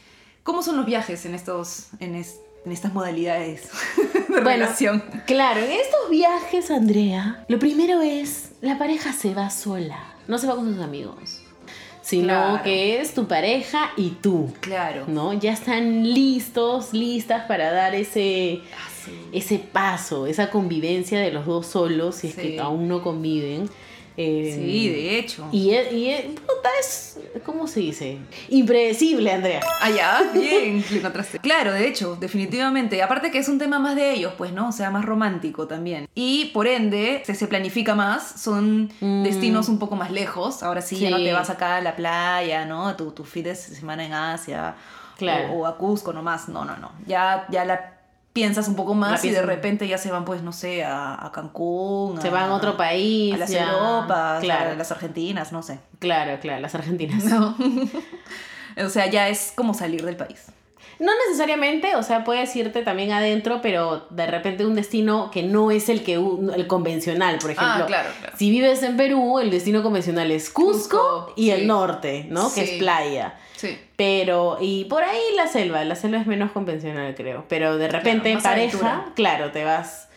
¿cómo son los viajes en, estos, en, es- en estas modalidades [LAUGHS] de Bueno. relación? Claro, en estos viajes, Andrea, lo primero es, la pareja se va sola, no se va con sus amigos, sino Claro. que es tu pareja y tú, Claro. ¿no? Ya están listos, listas para dar ese, Ah, sí. ese paso, esa convivencia de los dos solos, si es Sí. que aún no conviven. Eh, Sí, de hecho. Y es, y es- puta, es- ¿cómo se dice? Impredecible, Andrea. Allá, [LAUGHS] bien, lo encontraste. Claro, de hecho, definitivamente. Aparte que es un tema más de ellos, pues, ¿no? O sea, más romántico también. Y por ende, se, se planifica más, son Mm. destinos un poco más lejos. Ahora sí, ya no Sí. te vas acá a la playa, ¿no? A tu, tu fin de semana en Asia. Claro. O, o a Cusco nomás. No, no, no. Ya, ya la piensas un poco más y de piensas- repente ya se van, pues, no sé, a, a Cancún. Se van a otro país. oh, A las ya. Europas, Claro, a las Argentinas, [LAUGHS] no sé. [LAUGHS] claro, claro, las argentinas. ¿no? o sea, ya es como salir del país. No necesariamente, o sea, puedes irte también adentro, pero de repente un destino que no es el que u- el convencional, por ejemplo. Ah, claro, claro. Si vives en Perú, el destino convencional es Cusco, Cusco, y sí. el norte, ¿no? Que Sí. es playa. Sí. Pero, y por ahí la selva, la selva es menos convencional, creo. Pero de repente en más pareja, aventura. claro, te vas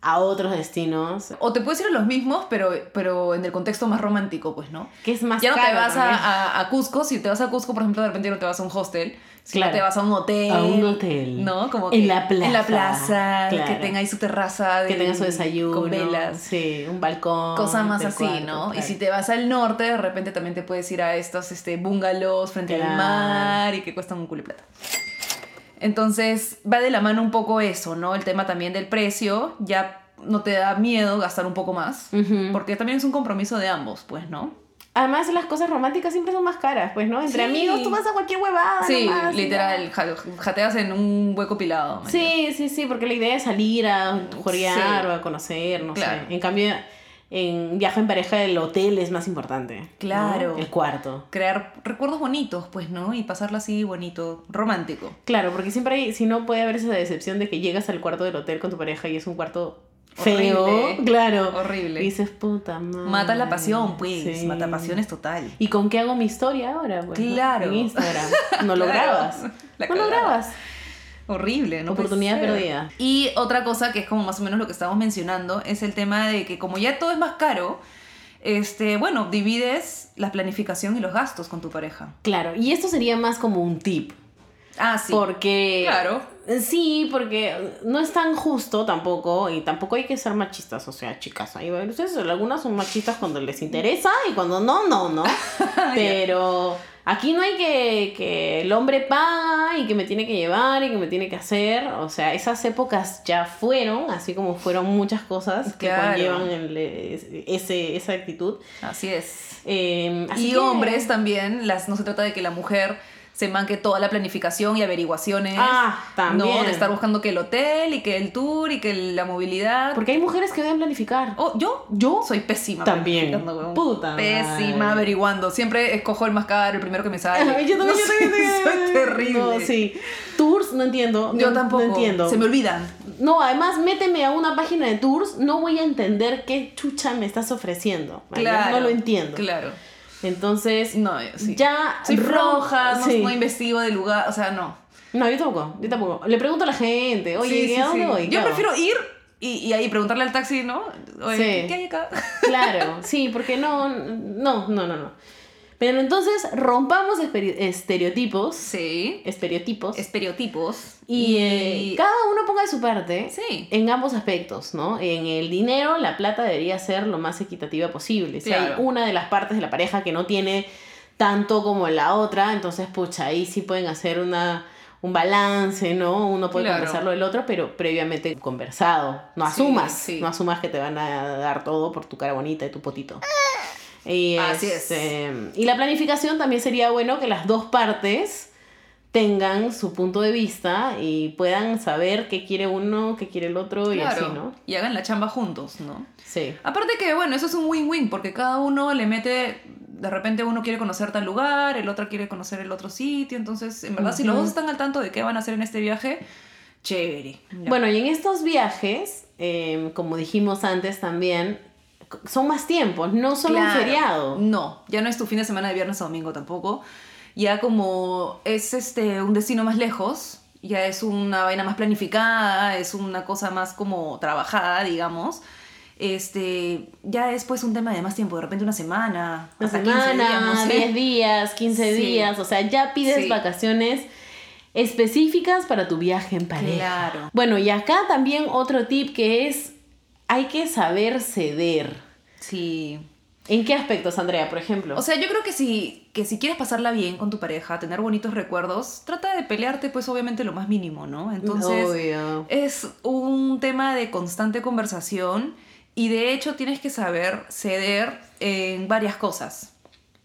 a otros destinos, O te puedes ir a los mismos, pero, pero en el contexto más romántico, pues, ¿no? que es más Ya no te caro vas a, también. a- a Cusco, si te vas a Cusco, por ejemplo, de repente ya no te vas a un hostel, sino Claro. te vas a un hotel. A un hotel. ¿No? Como En que- la plaza. En la plaza, Claro. que tenga ahí su terraza. de- que tenga su desayuno, Con velas. sí, un balcón, Cosas más del así, cuarto, ¿no? Y claro. si te vas al norte, de repente también te puedes ir a estos este, bungalows frente al Claro. mar y que cuestan un culo de plata. Entonces, va de la mano un poco eso, ¿no? El tema también del precio, ya no te da miedo gastar un poco más, Ujú. porque también es un compromiso de ambos, pues, ¿no? Además, las cosas románticas siempre son más caras, pues, ¿no? Entre Sí. amigos tú vas a cualquier huevada. Sí, Ah, nomás, y literal, ja- jateas en un hueco pilado. ya. man. Sí, sí, sí, porque la idea es salir a jorear Sí. o a conocer, no Claro. sé. En cambio, en viaje en pareja el hotel es más importante. ¿no? Claro. El cuarto. Crear recuerdos bonitos, pues, ¿no? Y pasarlo así bonito, romántico. Claro, porque siempre hay, si no puede haber esa decepción de que llegas al cuarto del hotel con tu pareja y es un cuarto feo, Horrible. claro. Horrible. Y dices, puta madre. Mata la pasión, pues. Mm, Sí. Mata pasiones total. ¿Y con qué hago mi historia ahora? pues, no? Claro. En Instagram. [LAUGHS] No lo Claro. grabas. [LAUGHS] La No lo cagada. grabas. Horrible, ¿no? puede Oportunidad ser. perdida. Y otra cosa que es como más o menos lo que estamos mencionando es el tema de que como ya todo es más caro, este, bueno, divides la planificación y los gastos con tu pareja. Claro, y esto sería más como un tip. Ah, sí. Porque. Claro. Sí, porque no es tan justo tampoco, y tampoco hay que ser machistas, o sea, chicas, ahí van ustedes, algunas son machistas cuando les interesa y cuando no, no, [LAUGHS] no. Pero aquí no hay que, que el hombre paga y que me tiene que llevar y que me tiene que hacer, o sea, esas épocas ya fueron, así como fueron muchas cosas que Claro. conllevan el- ese, esa actitud. Así es. Eh, así y que- hombres también, las, no se trata de que la mujer se manque toda la planificación y averiguaciones. Ah, también. No, de estar buscando que el hotel y que el tour y que la movilidad. Porque hay mujeres que deben [LAUGHS] planificar. Oh, yo, yo soy pésima. También. planificando, weón. Puta Pésima madre. averiguando. Siempre escojo el más caro, el primero que me sale. [LAUGHS] Ay, yo también, No yo sé, también, yo también. [LAUGHS] Soy terrible. No, sí. Tours, no entiendo. Yo no- tampoco. No entiendo. Se me olvidan. No, además, méteme a una página de tours, no voy a entender qué chucha me estás ofreciendo. ¿vale? Claro. No lo entiendo. Claro. Entonces, No, yo sí. ya Soy roja, no, sí. no investigo de lugar, o sea, no. No, yo tampoco, yo tampoco. Le pregunto a la gente, oye, Sí, ¿y sí, ¿a dónde sí. voy? Yo Claro. prefiero ir y, y ahí preguntarle al taxi, ¿no? Oye, Sí. ¿qué hay acá? [LAUGHS] [LAUGHS] Claro, sí, porque no, no, no, no, no. Pero entonces rompamos esperi- estereotipos, Sí. estereotipos, Estereotipos. y, eh, cada uno ponga de su parte Sí. en ambos aspectos, ¿no? En el dinero, la plata debería ser lo más equitativa posible. Si Claro. hay una de las partes de la pareja que no tiene tanto como la otra, entonces, pucha, ahí sí pueden hacer una, un balance, ¿no? Uno puede Claro. conversarlo del otro, pero previamente conversado. No Sí, asumas, sí. no asumas que te van a dar todo por tu cara bonita y tu potito. Y, Así es. este, y la planificación también sería bueno que las dos partes tengan su punto de vista y puedan saber qué quiere uno, qué quiere el otro y claro. así, ¿no? Y hagan la chamba juntos, ¿no? Sí. Aparte que, bueno, eso es un win-win, porque cada uno le mete, de repente uno quiere conocer tal lugar, el otro quiere conocer el otro sitio, entonces, en verdad, si los Ujú. dos están al tanto de qué van a hacer en este viaje, chévere. Ya. Bueno, y en estos viajes, eh, como dijimos antes también, c- son más tiempos, no solo Claro. un feriado. No, ya no es tu fin de semana de viernes a domingo tampoco. Ya como es este un destino más lejos, ya es una vaina más planificada, es una cosa más como trabajada, digamos. Este, ya es pues un tema de más tiempo, de repente una semana, Una hasta 15 semana, días, no sé. 10 días, 15 Sí. días, o sea, ya pides Sí. vacaciones específicas para tu viaje en pareja. Claro. Bueno, y acá también otro tip que es, hay que saber ceder. Sí. ¿En qué aspectos, Andrea, por ejemplo? O sea, yo creo que si, que si quieres pasarla bien con tu pareja, tener bonitos recuerdos, trata de pelearte pues obviamente lo más mínimo, ¿no? Entonces, Obvio. Es un tema de constante conversación y de hecho tienes que saber ceder en varias cosas.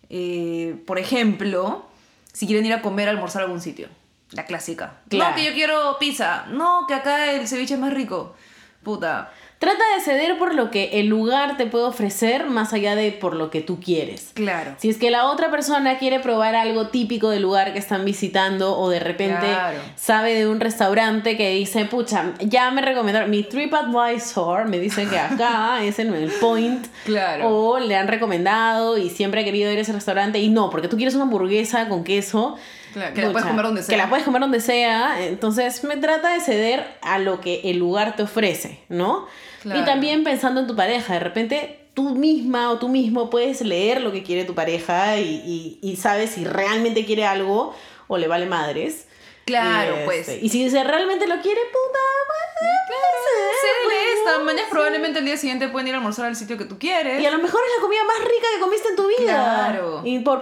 Eh, por ejemplo, si quieren ir a comer, a almorzar a algún sitio. La clásica. Claro. No, que yo quiero pizza. No, que acá el ceviche es más rico. Puta. Trata de ceder por lo que el lugar te puede ofrecer más allá de por lo que tú quieres. Claro. Si es que la otra persona quiere probar algo típico del lugar que están visitando o de repente Claro. sabe de un restaurante que dice, pucha, ya me recomendaron, mi TripAdvisor me dice que [LAUGHS] acá es en el point. Claro. O le han recomendado y siempre ha querido ir a ese restaurante y no, porque tú quieres una hamburguesa con queso. Claro, que la puedes Pucha, comer donde sea. Que la puedes comer donde sea. Entonces, me trata de ceder a lo que el lugar te ofrece, ¿no? Claro. Y también pensando en tu pareja. De repente, tú misma o tú mismo puedes leer lo que quiere tu pareja y, y- y sabes si realmente quiere algo o le vale madres. Claro, Y, pues. este, Y si dice realmente lo quiere, puta, pues, eh, puede ser, Cédele pues, esta. ¿no? Mañana probablemente el día siguiente pueden ir a almorzar al sitio que tú quieres. Y a lo mejor es la comida más rica que comiste en tu vida. Claro. Y por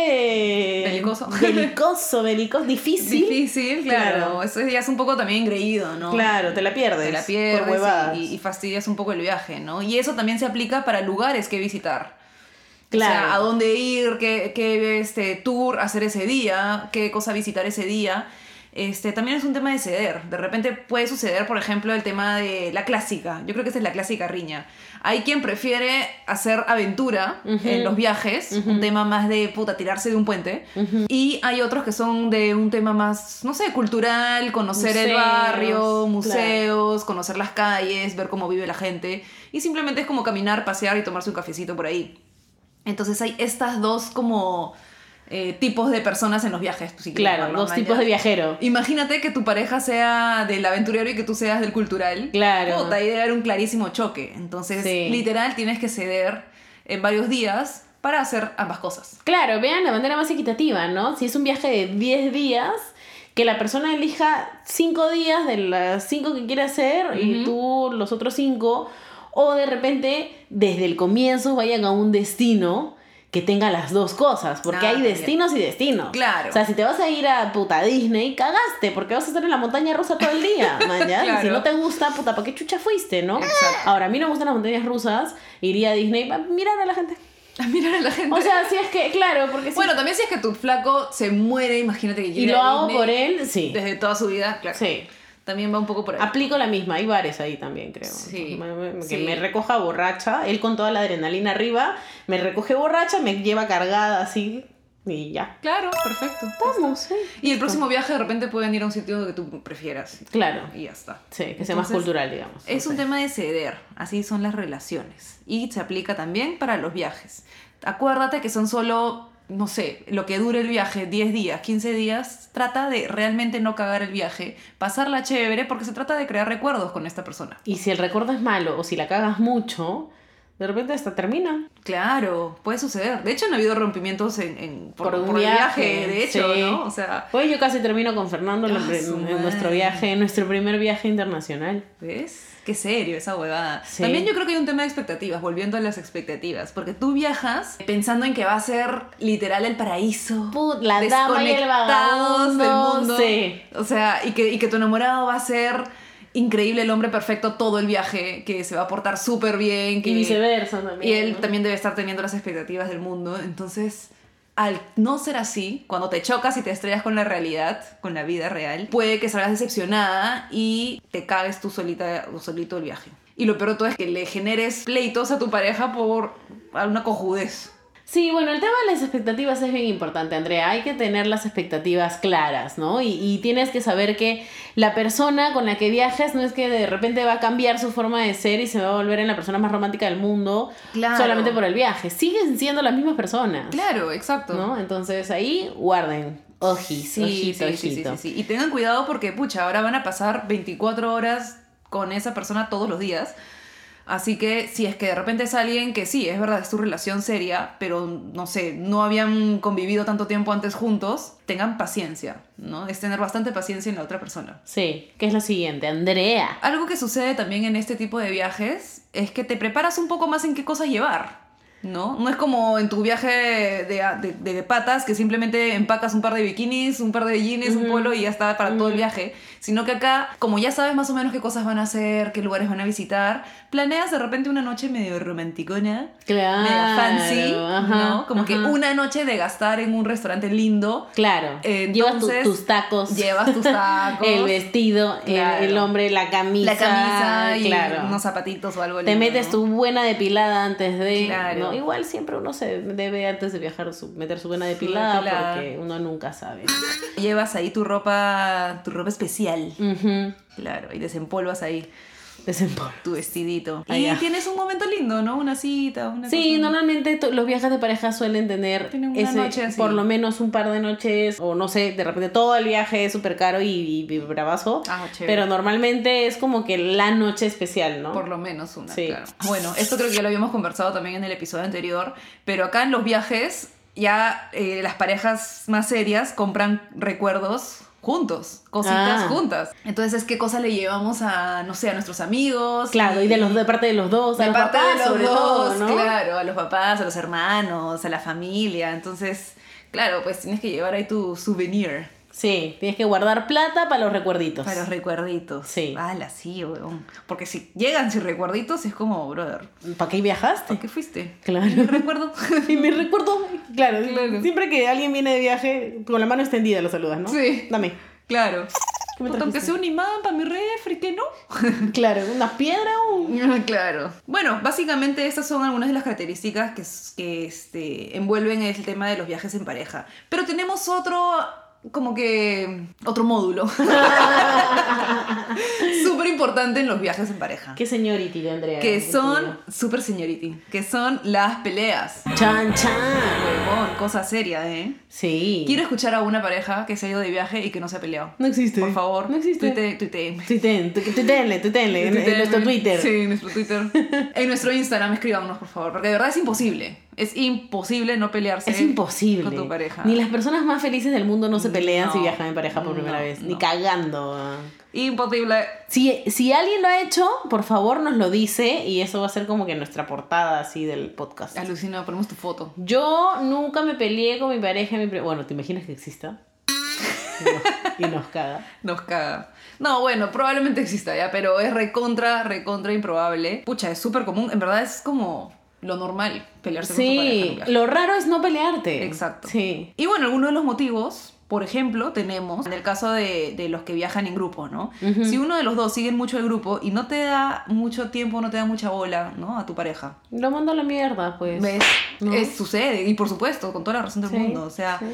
ponerte. Belicoso. Belicoso, belicoso. Difícil. [LAUGHS] Difícil, claro. Claro. Eso ya es un poco también ingreído, ¿no? Claro, te la pierdes. Te la Por pierdes huevadas. y, y- y fastidias un poco el viaje, ¿no? Y eso también se aplica para lugares que visitar. O Claro. sea, a dónde ir, qué, qué, este, tour hacer ese día, qué cosa visitar ese día. Este, también es un tema de ceder. De repente puede suceder, por ejemplo, el tema de la clásica. Yo creo que esa es la clásica riña. Hay quien prefiere hacer aventura Ujú. en los viajes, un tema más de puta, tirarse de un puente. Y hay otros que son de un tema más, no sé, cultural, conocer el Museos, barrio, claro. museos, conocer las calles, ver cómo vive la gente. Y simplemente es como caminar, pasear y tomarse un cafecito por ahí. Entonces hay estas dos como eh, tipos de personas en los viajes. si quieres Claro, llamarlo, dos man, tipos ya. de viajero. Imagínate que tu pareja sea del aventurero y que tú seas del cultural. Claro. Puta, ahí debe haber un clarísimo choque. Entonces, Sí. literal, tienes que ceder en varios días para hacer ambas cosas. Claro, vean la manera más equitativa, ¿no? Si es un viaje de 10 días, que la persona elija 5 días de las 5 que quiere hacer y Ujú. tú los otros 5, o de repente desde el comienzo vayan a un destino que tenga las dos cosas, porque Ah, hay también. destinos y destinos. Claro. O sea, si te vas a ir a puta Disney, cagaste, porque vas a estar en la montaña rusa todo el día, man, ¿ya? Y Si Claro. no te gusta, puta, ¿para qué chucha fuiste, no? Exacto. Ahora, a mí no me gustan las montañas rusas, iría a Disney para mirar a la gente. A [LAUGHS] mirar a la gente. O sea, si es que, claro, porque si bueno, también si es que tu flaco se muere, imagínate que y quiere lo ir a hago Disney por él, sí. Desde toda su vida, claro. Sí. También va un poco por ahí. Aplico la misma, hay bares ahí también, creo. Sí, Me- me- que sí. me recoja borracha, él con toda la adrenalina arriba, me recoge borracha, me lleva cargada así y ya. Claro, perfecto. Vamos, sí. Y el próximo viaje de repente pueden ir a un sitio que tú prefieras. Claro, Y ya está. sí, que sea más Entonces, cultural, digamos. Es no un sé. tema de ceder, así son las relaciones. Y se aplica también para los viajes. Acuérdate que son solo, no sé, lo que dure el viaje, 10 días, 15 días. Trata de realmente no cagar el viaje, pasarla chévere, porque se trata de crear recuerdos con esta persona. Y si el recuerdo es malo o si la cagas mucho, de repente hasta termina. Claro, puede suceder. De hecho, no ha habido rompimientos en, en- por, Por un por el viaje, viaje, de hecho, sí. ¿no? O sea, Hoy Pues yo casi termino con Fernando en la Ah, prim- su en nuestro madre. viaje, en nuestro primer viaje internacional. ¿Ves? Qué serio esa huevada. Sí. También yo creo que hay un tema de expectativas, volviendo a las expectativas, porque tú viajas pensando en que va a ser literal el paraíso. Put- la dama y el vagabundo. desconectados del mundo. Sí. O sea, y que, y que tu enamorado va a ser increíble, el hombre perfecto todo el viaje, que se va a portar súper bien, que Y viceversa también. y él ¿no? también debe estar teniendo las expectativas del mundo. Entonces, al no ser así, cuando te chocas y te estrellas con la realidad, con la vida real, puede que salgas decepcionada y te cagues tú solita o solito el viaje. Y lo peor de todo es que le generes pleitos a tu pareja por una cojudez. Sí, bueno, el tema de las expectativas es bien importante, Andrea. Hay que tener las expectativas claras, ¿no? Y, y tienes que saber que la persona con la que viajas no es que de repente va a cambiar su forma de ser y se va a volver en la persona más romántica del mundo Claro. solamente por el viaje. Siguen siendo las mismas personas, Claro, exacto. ¿no? Entonces ahí guarden. Ojis, Sí, ojito, sí, sí, sí, ojito. sí, sí. Y tengan cuidado porque, pucha, ahora van a pasar 24 horas con esa persona todos los días. Así que si es que de repente es alguien que sí, es verdad, es tu relación seria, pero no sé, no habían convivido tanto tiempo antes juntos, tengan paciencia, ¿no? Es tener bastante paciencia en la otra persona. Sí, que es lo siguiente, Andrea. Algo que sucede también en este tipo de viajes es que te preparas un poco más en qué cosas llevar, ¿no? No es como en tu viaje de, de- de patas que simplemente empacas un par de bikinis, un par de jeans, un Ujú. polo y ya está para todo el Ujú. viaje, sino que acá, como ya sabes más o menos qué cosas van a hacer, qué lugares van a visitar, planeas de repente una noche medio romanticona. Claro. Mega fancy, ajá, ¿no? Como que ajá. una noche de gastar en un restaurante lindo, Claro. Llevas tu- Entonces, tus tacos. llevas [LAUGHS] tus tacos, El vestido, el- Claro. el, hombre, la camisa. la camisa y claro. unos zapatitos o algo Te lindo, metes ¿no? tu buena depilada antes de. Claro. ¿no? Igual siempre uno se debe antes de viajar su- meter su buena depilada, depilada. porque uno nunca sabe. Llevas ahí tu ropa, tu ropa especial. Ujú. Claro, y desempolvas ahí Desempolvo. tu vestidito. Ah, y ya. tienes un momento lindo, ¿no? Una cita, una Sí, cosa- normalmente to- los viajes de pareja suelen tener Tienen una ese, noche así. por lo menos un par de noches, o no sé, de repente todo el viaje es súper caro y, y, y bravazo. Ah, chévere. pero normalmente es como que la noche especial, ¿no? Por lo menos una, Sí. claro. Bueno, esto creo que ya lo habíamos conversado también en el episodio anterior, pero acá en los viajes ya eh, las parejas más serias compran recuerdos juntos, cositas Ah. juntas. Entonces, ¿qué cosa le llevamos a, no sé, a nuestros amigos? Claro, y de los de parte de los dos, a de los parte papás de los sobre todo, dos, ¿no? claro, a los papás, a los hermanos, a la familia. Entonces, claro, pues tienes que llevar ahí tu souvenir Sí, tienes que guardar plata para los recuerditos. para los recuerditos. Sí. Ala, sí, weón. Porque si llegan sin recuerditos es como, brother, ¿Para qué viajaste? ¿por qué fuiste? Claro. [LAUGHS] No recuerdo. [LAUGHS] Y me recuerdo, claro, Claro. siempre que alguien viene de viaje, con la mano extendida lo saludas, ¿no? Sí. Dame. claro. ¿Qué me Puta, aunque trajiste? sea un imán para mi refri, [LAUGHS] ¿qué no? Claro, una piedra [LAUGHS] o un... claro. Bueno, básicamente estas son algunas de las características que, s- que este, envuelven el tema de los viajes en pareja. Pero tenemos otro, como que, otro módulo. Súper importante en los viajes en pareja. ¿Qué señorita, de Andrea? Que es son, super señority, que son las peleas. tuyo? Chan, chan. Huevón, cosa seria, ¿eh? Sí. Quiero escuchar a una pareja que se ha ido de viaje y que no se ha peleado. No existe. Por favor, No existe. tuite- tuiteen. Tuiten, tu- tuitenle, tuitenle, en, en Tuiteen. nuestro Twitter. Sí, en nuestro Twitter. [LAUGHS] en nuestro Instagram, escríbanos, por favor, porque de verdad es imposible. Es imposible no pelearse. Es imposible. Con tu pareja. Mm, Ni las personas más felices del mundo no se pelean No, si viajan en pareja por primera no, vez. Ni no. cagando. ah. Imposible. Si, si alguien lo ha hecho, por favor nos lo dice y eso va a ser como que nuestra portada así del podcast. Alucina, ponemos tu foto. Yo nunca me peleé con mi pareja. Mi pre- Bueno, ¿te imaginas que [LAUGHS] exista? No, y nos caga. Nos caga. No, bueno, probablemente exista ya, pero es recontra, recontra improbable. Pucha, es súper común. En verdad es como lo normal, pelearse con su pareja Sí, nuclear. lo raro es no pelearte. Exacto. Sí. Y bueno, algunos de los motivos, por ejemplo, tenemos en el caso de, de los que viajan en grupo, ¿no? Ujú. Si uno de los dos sigue mucho el grupo y no te da mucho tiempo, no te da mucha bola, ¿no? A tu pareja. Lo mando a la mierda, pues. ¿Ves? ¿no? Es- sucede, y por supuesto, con toda la razón del Sí, mundo. O sea, sí.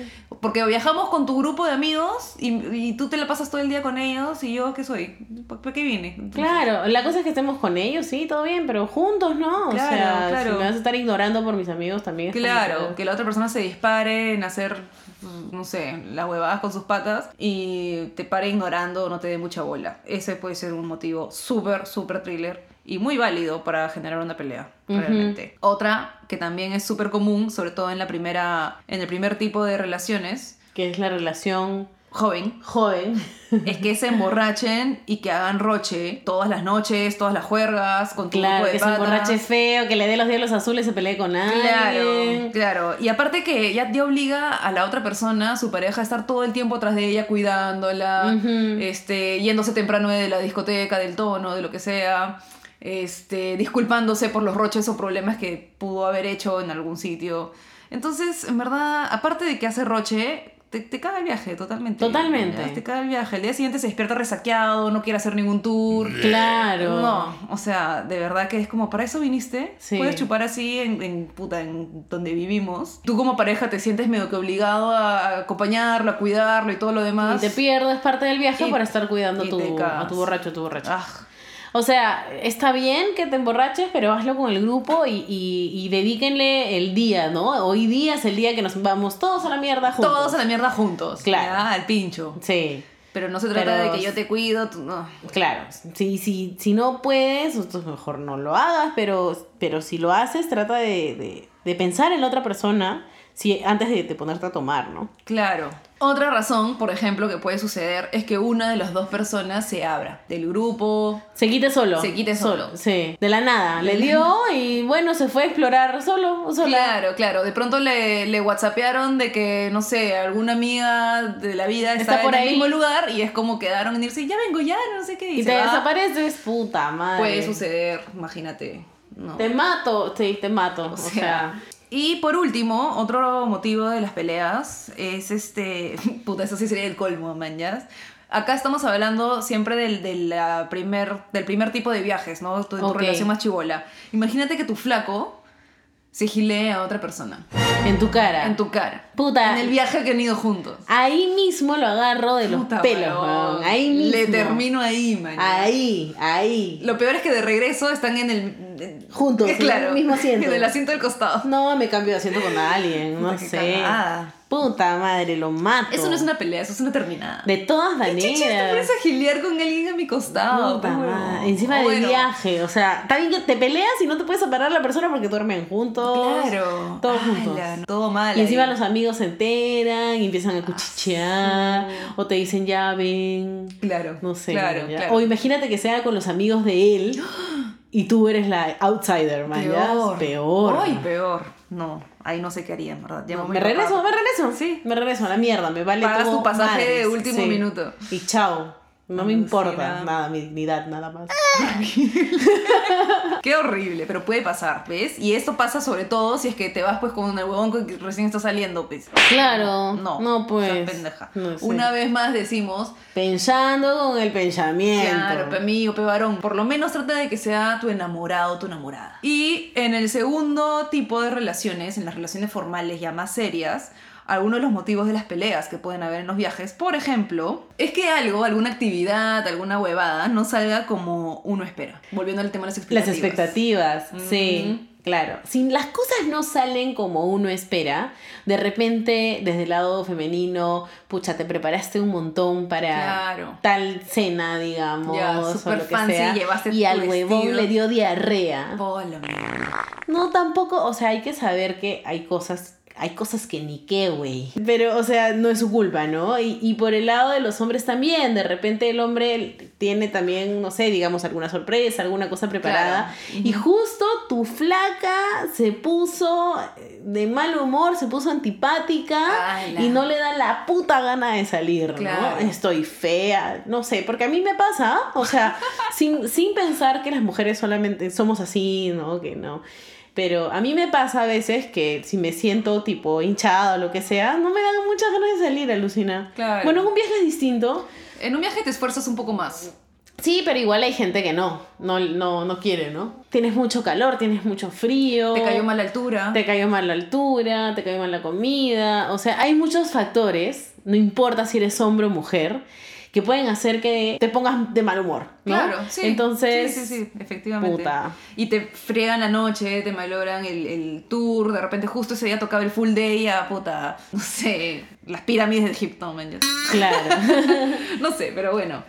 porque viajamos con tu grupo de amigos y, y tú te la pasas todo el día con ellos y yo, ¿qué soy? ¿Para qué vine? Entonces, Claro, la cosa es que estemos con ellos, sí, todo bien, pero juntos no. o Claro, sea, claro. si me vas a estar ignorando por mis amigos también. es como Claro, que- que la otra persona se dispare en hacer, pues, no sé, las huevadas con sus patas y te pare ignorando, no te dé mucha bola. Ese puede ser un motivo súper, súper thriller y muy válido para generar una pelea, Ujú. realmente. Otra que también es súper común, sobre todo en la primera, en el primer tipo de relaciones, que es la relación joven, [LAUGHS] joven. es que se emborrachen y que hagan roche todas las noches, todas las juergas, con tu Claro, grupo de que se emborrache patas. feo, que le dé los diablos azules y se pelee con Claro, alguien. claro. Y aparte que ya te obliga a la otra persona, su pareja, a estar todo el tiempo atrás de ella, cuidándola, Ujú. este, yéndose temprano de la discoteca, del tono, de lo que sea, este, disculpándose por los roches o problemas que pudo haber hecho en algún sitio. Entonces, en verdad, aparte de que hace roche, te, te caga el viaje totalmente. Totalmente. Te caga el viaje. El día siguiente se despierta resaqueado, no quiere hacer ningún tour. Claro. No, o sea, de verdad que es como, ¿para eso viniste? Sí. Puedes chupar así en, en, puta, en donde vivimos. Tú como pareja te sientes medio que obligado a acompañarlo, a cuidarlo y todo lo Y demás. te pierdo, es parte del viaje Y- para estar cuidando y tu- te cagas. a tu borracho, a tu borracho. Ah, O sea, está bien que te emborraches, pero hazlo con el grupo y, y- y dedíquenle el día, ¿no? Hoy día es el día que nos vamos todos a la mierda juntos. todos a la mierda juntos. Claro. ya, Al pincho. Sí, Pero no se trata Pero- de que yo te cuido, tú no. claro. Si, si, si no puedes, entonces mejor no lo hagas, pero, pero si lo haces, trata de, de- de pensar en la otra persona si, antes de, de ponerte a tomar, ¿no? Claro. Otra razón, por ejemplo, que puede suceder es que una de las dos personas se abra del grupo. Se quite solo. Se quite solo. Sí, de la nada. Le dio y bueno, se fue a explorar solo o sola. Claro, claro. De pronto le, le whatsappearon de que, no sé, alguna amiga de la vida Está está, por en ahí. el mismo lugar y es como quedaron en irse, ya vengo, ya, no sé qué. Y, se te va. desapareces, puta madre. Puede suceder, imagínate. No. Te mato, sí, te mato. O, O sea, sea. Y por último, otro motivo de las peleas es este. [LAUGHS] Puta, eso sí sería el colmo, manjas. Acá estamos hablando siempre del, de la primer, del primer tipo de viajes, ¿no? Tu, tu Ok. relación más chivola. Imagínate que tu flaco se gilee a otra persona. en tu cara. En tu cara. Puta. En el viaje que han ido juntos. Ahí mismo lo agarro de los Puta, pelos, weón. weón. Ahí mismo. Le termino ahí, man. Ahí, ahí. Lo peor es que de regreso están en el. Juntos, en el mismo asiento. En el asiento del costado. No, me cambio de asiento con alguien, no Puta, qué sé. cagada. Puta madre, lo mato. Eso no es una pelea, eso es una terminada. De todas Chichis, te maneras. pones a gilear con alguien a mi costado. Puta pues, huevón. madre. Encima O del bueno, viaje, o sea, está bien que te peleas y no te puedes separar la persona porque duermen juntos. Claro. Todos Ala, juntos. todo mal. Y encima ahí. los amigos se enteran y empiezan Ah, a cuchichear o te dicen ya ven. Claro. No sé. Claro, ya. claro. O imagínate que sea con los amigos de él y tú eres la outsider, man. ya. peor. Peor. Ay, peor. No, ahí no sé qué haría, en verdad. Llamo a me mi papá. regreso, me regreso. Sí. Me regreso a la mierda, me vale Pagas todo. tu pasaje madres, de último minuto. Y chao. No me Alucina. importa nada, mi dignidad, nada más. Qué horrible, pero puede pasar, ¿ves? Y esto pasa sobre todo si es que te vas pues con el huevón con que recién está saliendo, pues. Claro. No. No, pues. o sea, pendeja. No sé. Una vez más decimos, Pensando con el pensamiento. claro, pe mío, pe varón, por lo menos trata de que sea tu enamorado, tu enamorada. Y en el segundo tipo de relaciones, en las relaciones formales ya más serias, algunos de los motivos de las peleas que pueden haber en los viajes, por ejemplo, es que algo, alguna actividad, alguna huevada, no salga como uno espera. Volviendo al tema de las Las expectativas. expectativas, sí, claro. Si las cosas no salen como uno espera, de repente desde el lado femenino, pucha, te preparaste un montón para Claro. tal cena, digamos, Ya, o súper lo que fancy, sea, llevaste y tu al huevón vestido. le dio diarrea. Polo, No, tampoco, o sea, hay que saber que hay cosas, hay cosas que ni qué, güey. Pero, o sea, no es su culpa, ¿no? Y, y por el lado de los hombres también, de repente el hombre tiene también, no sé, digamos, alguna sorpresa, alguna cosa preparada. Claro. Y justo tu flaca se puso eh, de mal humor, se puso antipática Ala. y no le da la puta gana de salir, Claro. ¿no? Estoy fea, no sé, porque a mí me pasa, [LAUGHS] ¿ah? o sea, sin, sin pensar que las mujeres solamente somos así, ¿no? Que no. Pero a mí me pasa a veces que si me siento tipo hinchada o lo que sea, no me dan muchas ganas de salir, alucina. Claro. Bueno, en un viaje es distinto. En un viaje te esfuerzas un poco más. Sí, pero igual hay gente que no, no, no, no quiere, ¿no? Tienes mucho calor, tienes mucho frío. Te cayó mal la altura. Te cayó mal la altura, te cayó mal la comida. O sea, hay muchos factores, no importa si eres hombre o mujer, que pueden hacer que te pongas de mal humor, ¿no? Claro, sí. Entonces, Sí, sí, sí, efectivamente. puta. Y te fregan la noche, te malogran el, el tour. De repente, justo ese día tocaba el full day a puta. No sé, las pirámides de Egipto, man. claro. No sé, pero bueno,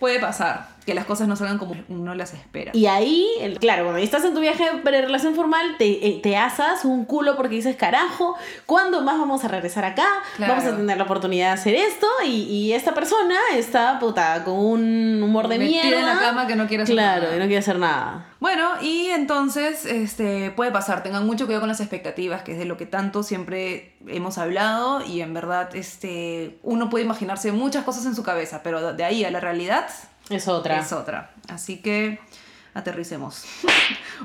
puede pasar que las cosas no salgan como uno las espera. Y ahí, el- claro, cuando estás en tu viaje de relación formal, te, eh, te asas un culo porque dices, carajo, ¿cuándo más vamos a regresar acá? Claro. Vamos a tener la oportunidad de hacer esto. Y, y esta persona está, puta, con un humor de Metida mierda. en la cama que no quiere hacer Claro, nada. y no quiere hacer nada. Bueno, y entonces este, puede pasar, tengan mucho cuidado con las expectativas, que es de lo que tanto siempre hemos hablado y en verdad este, uno puede imaginarse muchas cosas en su cabeza, pero de ahí a la realidad Es otra. es otra. Así que aterricemos. [LAUGHS]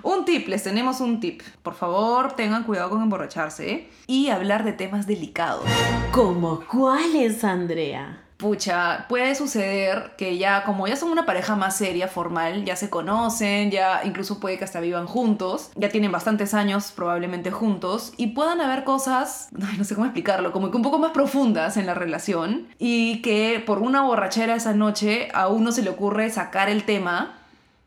un tip, les tenemos un tip. Por favor, tengan cuidado con emborracharse ¿eh? y hablar de temas delicados. ¿Cómo cuál es, Andrea? Pucha, puede suceder que ya, como ya son una pareja más seria, formal, ya se conocen, ya incluso puede que hasta vivan juntos, ya tienen bastantes años probablemente juntos y puedan haber cosas, [LAUGHS] ay, no sé cómo explicarlo, como que un poco más profundas en la relación y que por una borrachera esa noche a uno se le ocurre sacar el tema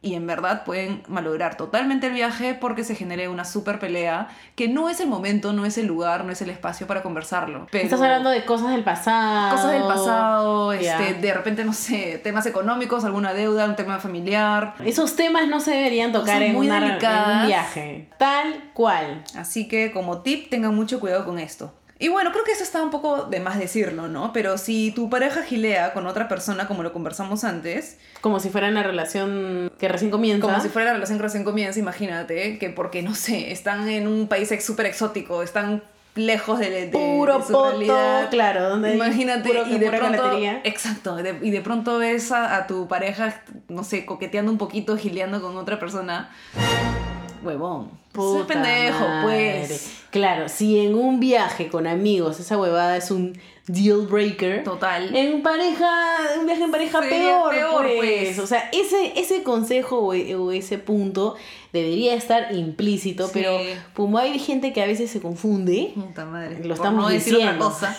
y en verdad pueden malograr totalmente el viaje porque se genere una super pelea que no es el momento, no es el lugar, no es el espacio para conversarlo. Pero- Estás hablando de cosas del pasado. cosas del pasado, Oh, Ya. este, de repente, no sé, temas económicos, alguna deuda, un tema familiar. Esos temas no se deberían tocar Cosas en, muy una- en delicadas. un viaje. Tal cual. Así que como tip, tengan mucho cuidado con esto. Y bueno, creo que eso está un poco de más decirlo, ¿no? Pero si tu pareja gilea con otra persona, como lo conversamos antes, Como si fuera una relación que recién comienza. como si fuera la relación que recién comienza, imagínate, que porque, no sé, están en un país ex- súper exótico, están lejos de, de- de puro su poto, realidad. claro. Donde hay Imagínate, puro- y de pura pronto, calatería. exacto, de- y de pronto ves a, a tu pareja, no sé, coqueteando un poquito, gileando con otra persona. Huevón. Soy Puta pendejo, madre. pues. Claro, si en un viaje con amigos esa huevada es un deal breaker. Total. En pareja, un viaje en pareja Sería peor, peor, pues. pues. O sea, ese, ese consejo o, e- o ese punto debería estar implícito, Sí. pero como hay gente que a veces se confunde, Puta madre. Lo por estamos no decir diciendo. otra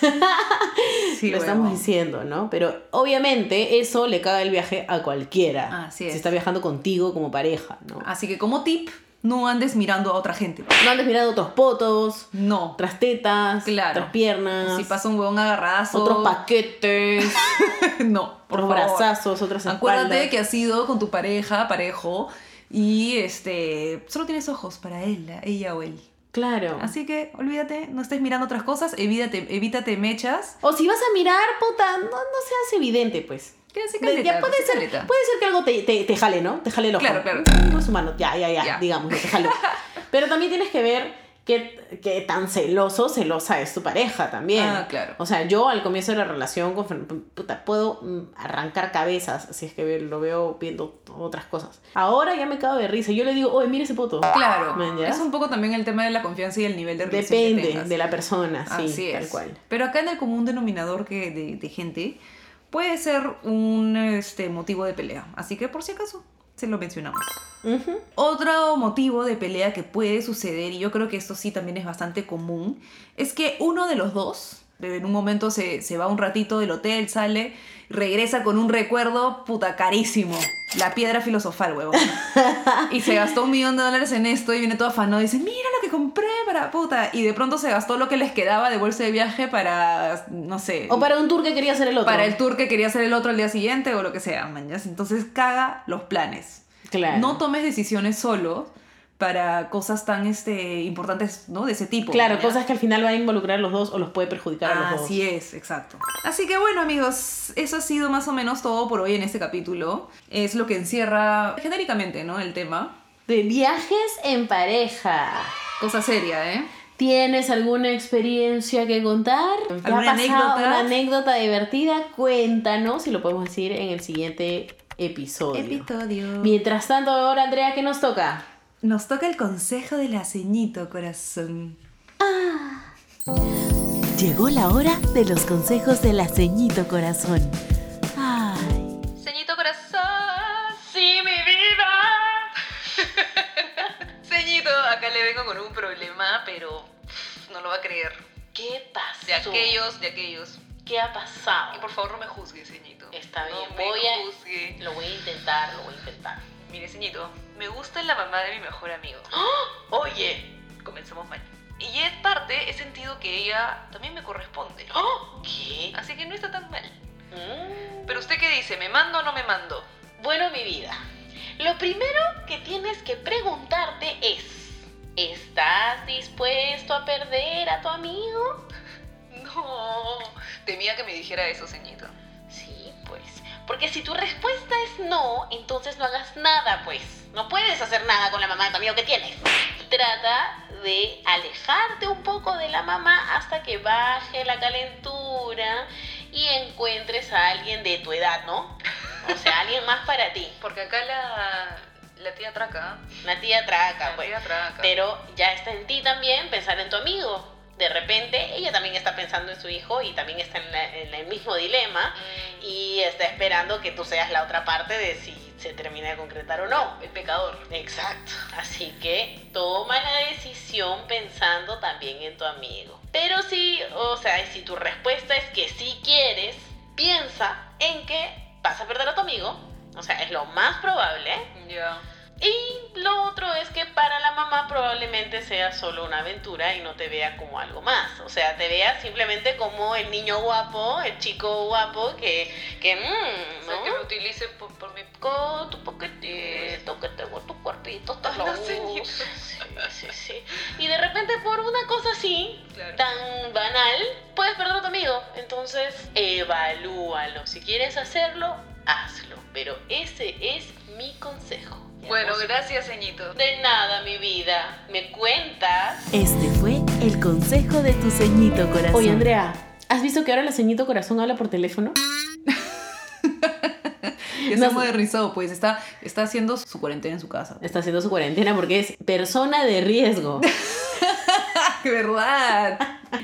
[LAUGHS] cosa. Sí, lo huevón. estamos diciendo, ¿no? Pero obviamente eso le caga el viaje a cualquiera. Así es. Si está viajando contigo como pareja, ¿no? Así que como tip, no andes mirando a otra gente. No andes mirando otros potos, No. otras tetas, Claro. otras piernas, Si pasa un huevón agarradazo. otros paquetes, [LAUGHS] no, por otros favor. brazos, otras espaldas. Acuérdate que has ido con tu pareja, parejo, y este solo tienes ojos para él, ella o él. Claro. Así que olvídate, no estés mirando otras cosas, evítate, evítate mechas. O si vas a mirar, puta, no, no seas evidente, pues. Quédense De- caleta, ya puede pues, ser, puede caleta. ser que algo te, te, te jale, ¿no? Te jale el ojo. Claro, claro. No es humano, ya, ya, ya, Ya. digamos, que te [LAUGHS] jale. Pero también tienes que ver qué, qué tan celoso, celosa es tu pareja también. Ah, claro. O sea, yo al comienzo de la relación con Fern- puta, puedo mm, arrancar cabezas si es que lo veo viendo otras cosas. Ahora ya me cago de risa. Yo le digo, oye, mira ese poto. Man, Claro, ya. es un poco también el tema de la confianza y el nivel de relación que Depende tengas. de la persona, sí, Así es. tal cual. Pero acá en el común denominador que de, de gente puede ser un este, motivo de pelea. Así que por si acaso, se lo mencionamos. Ujú. Otro motivo de pelea que puede suceder, y yo creo que esto sí también es bastante común, es que uno de los dos en un momento se, se va un ratito del hotel, sale, regresa con un recuerdo puta carísimo. La piedra filosofal, [LAUGHS] huevón. Y se gastó un millón de dólares en esto y viene todo afanado y dice, mira lo que compré para puta. Y de pronto se gastó lo que les quedaba de bolsa de viaje para, no sé, O para un tour que quería hacer el otro. Eh, para el tour que quería hacer el otro al día siguiente o lo que sea, mañas. Entonces caga los planes. Claro. No tomes decisiones solo para cosas tan este, importantes, ¿no? De ese tipo. Claro, ¿ya? cosas que al final van a involucrar a los dos o los puede perjudicar a los dos. Así es, exacto. Así que bueno, amigos, eso ha sido más o menos todo por hoy en este capítulo. Es lo que encierra genéricamente, ¿no? El tema. De viajes en pareja. Cosa seria, ¿eh? ¿Tienes alguna experiencia que contar? ¿Te ha ¿Alguna pasado anécdota? Una anécdota divertida. Cuéntanos y lo podemos decir en el siguiente episodio. Episodio. Mientras tanto, ahora Andrea, ¿qué nos toca? Nos toca el consejo de la ceñito, corazón. Llegó la hora de los consejos de la ceñito corazón. Ay, Ceñito corazón, sí, mi vida. [LAUGHS] Ceñito, acá le vengo con un problema, pero pff, no lo va a creer. ¿Qué De pasó? aquellos, de aquellos. ¿Qué ha pasado? Y por favor no me juzgue, Ceñito. Está bien, no voy me a- juzgue. Lo voy a intentar, lo voy a intentar. Mire, Ceñito, me gusta la mamá de mi mejor amigo. Oye, Comenzamos mal. Y en parte he sentido que ella también me corresponde. ¿qué? Así que no está tan mal. Mm. Pero usted qué dice, ¿me mando o no me mando? Bueno, mi vida, lo primero que tienes que preguntarte es, ¿estás dispuesto a perder a tu amigo? No, temía que me dijera eso, ceñito. Sí, pues, porque si tu respuesta es no, entonces no hagas nada, pues. No puedes hacer nada con la mamá de tu amigo que tienes. Trata de alejarte un poco de la mamá hasta que baje la calentura y encuentres a alguien de tu edad, ¿no? O sea, alguien más para ti. Porque acá la, la tía traca, ¿ah? Una tía traca, la pues. tía traca. Pero ya está en ti también pensar en tu amigo. De repente ella también está pensando en su hijo y también está en, la- en el mismo dilema Mm, y está esperando que tú seas la otra parte de si se termina de concretar o no. el pecador. Exacto. Así que toma la decisión pensando también en tu amigo. Pero sí, o sea, si tu respuesta es que sí quieres, piensa en que vas a perder a tu amigo. O sea, es lo más probable. Ya. Y lo otro es que para la mamá probablemente sea solo una aventura y no te vea como algo más. O sea, te vea simplemente como el niño guapo, el chico guapo que, que O mmm, sea, que ¿no? me utilice por, por mi... Con tu poquetito, que tengo tu cuerpito, hasta Ay, la no, usa. señor. Sí, sí, sí. Y de repente por una cosa así, Claro. tan banal, puedes perder a tu amigo. Entonces, evalúalo. Si quieres hacerlo, hazlo. Pero ese es mi consejo. Bueno, gracias, ceñito. De nada, mi vida. ¿Me cuentas? este fue el consejo de tu ceñito corazón. Oye, Andrea, ¿has visto que ahora la ceñito corazón habla por teléfono? Ya No se sé. modernizó, pues está, está haciendo su cuarentena en [LAUGHS] su casa. Está haciendo su cuarentena porque es persona [LAUGHS] de riesgo. ¡De verdad!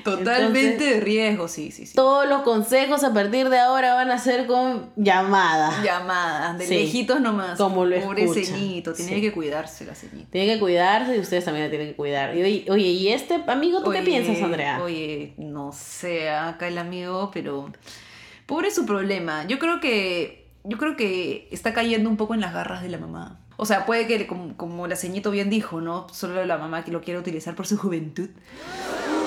Totalmente de riesgo, sí, sí, sí. Todos los consejos a partir de ahora van a ser con [LAUGHS] llamada. Llamadas, de Sí. lejitos nomás. Como lo Pobre escucha. ceñito, tiene Sí. que cuidarse la ceñito. Tiene que cuidarse y ustedes también la tienen que cuidar. Y oye, oye, ¿y este amigo tú Oye, qué piensas, Andrea? Oye, no sé, acá el amigo, pero. Pobre su problema. Yo creo que. Yo creo que está cayendo un poco en las garras de la mamá. O sea, puede que, como, como la ceñito bien dijo, ¿no? Solo la mamá que lo quiere utilizar por su juventud.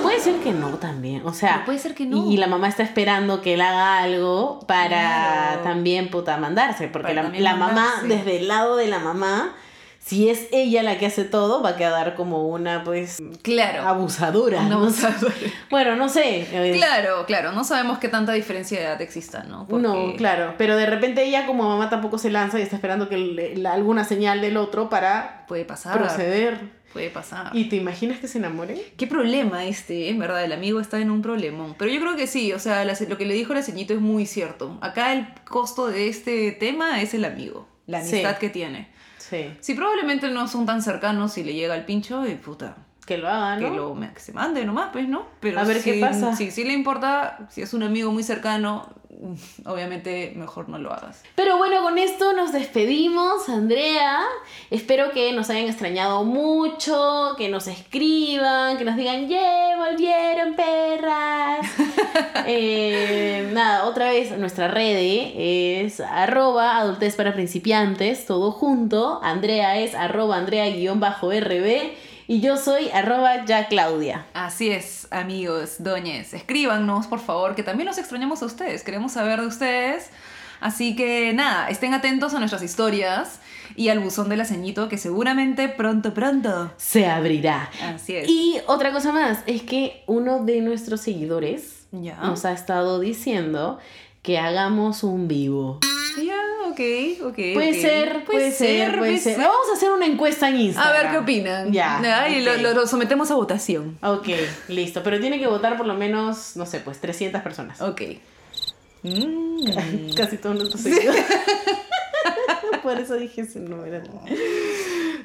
Puede ser que no también. O sea, Pero puede ser que no. Y, y la mamá está esperando que él haga algo para Claro. también puta mandarse. Porque Para la, también la mamá, mandarse. desde el lado de la mamá, si es ella la que hace todo, va a quedar como una pues Claro. abusadora. ¿no? No, o sea, [LAUGHS] Bueno, no sé. eh, Claro, claro. No sabemos qué tanta diferencia de edad exista, ¿no? Porque- No, claro, pero de repente ella como mamá tampoco se lanza y está esperando que le- la- alguna señal del otro para Puede pasar. proceder. Puede pasar. ¿Y te imaginas que se enamore? Qué problema este, en verdad, el amigo está en un problemón. Pero yo creo que sí, o sea, la ce- lo que le dijo la ceñito es muy cierto. Acá el costo de este tema es el amigo, la Sí. amistad que tiene. Sí, Si probablemente no son tan cercanos y le llega el pincho, y puta, que lo haga, ¿Ah, ¿no? que lo me- que se mande nomás, pues, ¿no? Pero A ver si- qué pasa. Si sí le importa, si es un amigo muy cercano, mm, obviamente mejor no lo hagas. Pero bueno, con esto nos despedimos, Andrea. Espero que nos hayan extrañado mucho, que nos escriban, que nos digan, ¡Yeah! ¡Volvieron, perras! Eh, nada, otra vez, nuestra red es arroba adultez para principiantes, todo junto. Andrea es arroba andrea-rb y yo soy arroba ya Claudia. Así es, amigos, doñes. Escríbanos, por favor, que también los extrañamos a ustedes. Queremos saber de ustedes. Así que nada, estén atentos a nuestras historias y al buzón de la ceñito que seguramente pronto, pronto. Se abrirá. Así es. Y otra cosa más, es que uno de nuestros seguidores ya. nos ha estado diciendo que hagamos un vivo. Ya, ok, ok. Puede ok. ser, puede ser, puede ser. Vamos a hacer una encuesta en A Instagram. ver qué opinan. Ya, Ay, lo- ok. lo, lo sometemos a votación. Ok, listo. Pero tiene que votar por lo menos, no sé, pues 300 personas. [LAUGHS] Ok. Mm. [LAUGHS] Casi todos nuestros seguidores. por eso dije ese número.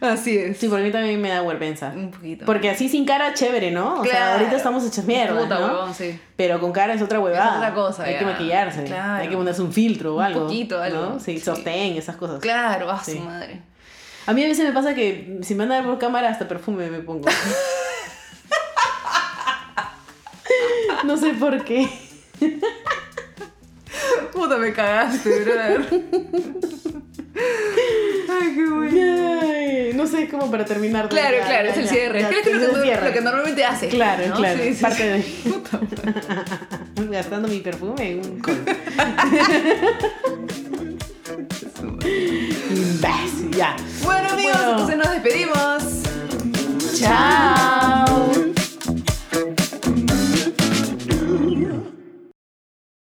Así es. Sí, porque a mí también me da vergüenza. Un poquito. Porque así sin cara, chévere, ¿no? O sea, Mm, Claro. ahorita estamos hechas mierda, Puta, ¿no? huevón, sí. Pero con cara es otra huevada. Es otra cosa, Hay ya. que maquillarse. Claro. Hay que ponerse un filtro o Un algo. poquito, algo. ¿no? Sí, Sí. sostén, esas cosas. Claro, a su Sí. madre. A mí a veces me pasa que si me van a ver por cámara, hasta perfume me [LAUGHS] pongo. no sé por qué. Puta, me cagaste, brother. [LAUGHS] Ay, qué bueno. Ay, no sé, es como para terminar. de- Claro, ya, claro, ya, es el ya, cierre. ya, Creo que es es lo el que, cierre. lo que normalmente hace. Claro, ¿no? claro. Sí, sí, parte sí. de. [LAUGHS] Gastando mi perfume en [LAUGHS] un col. Imbécil, ya. Bueno, amigos, Bueno. entonces nos despedimos. Chao.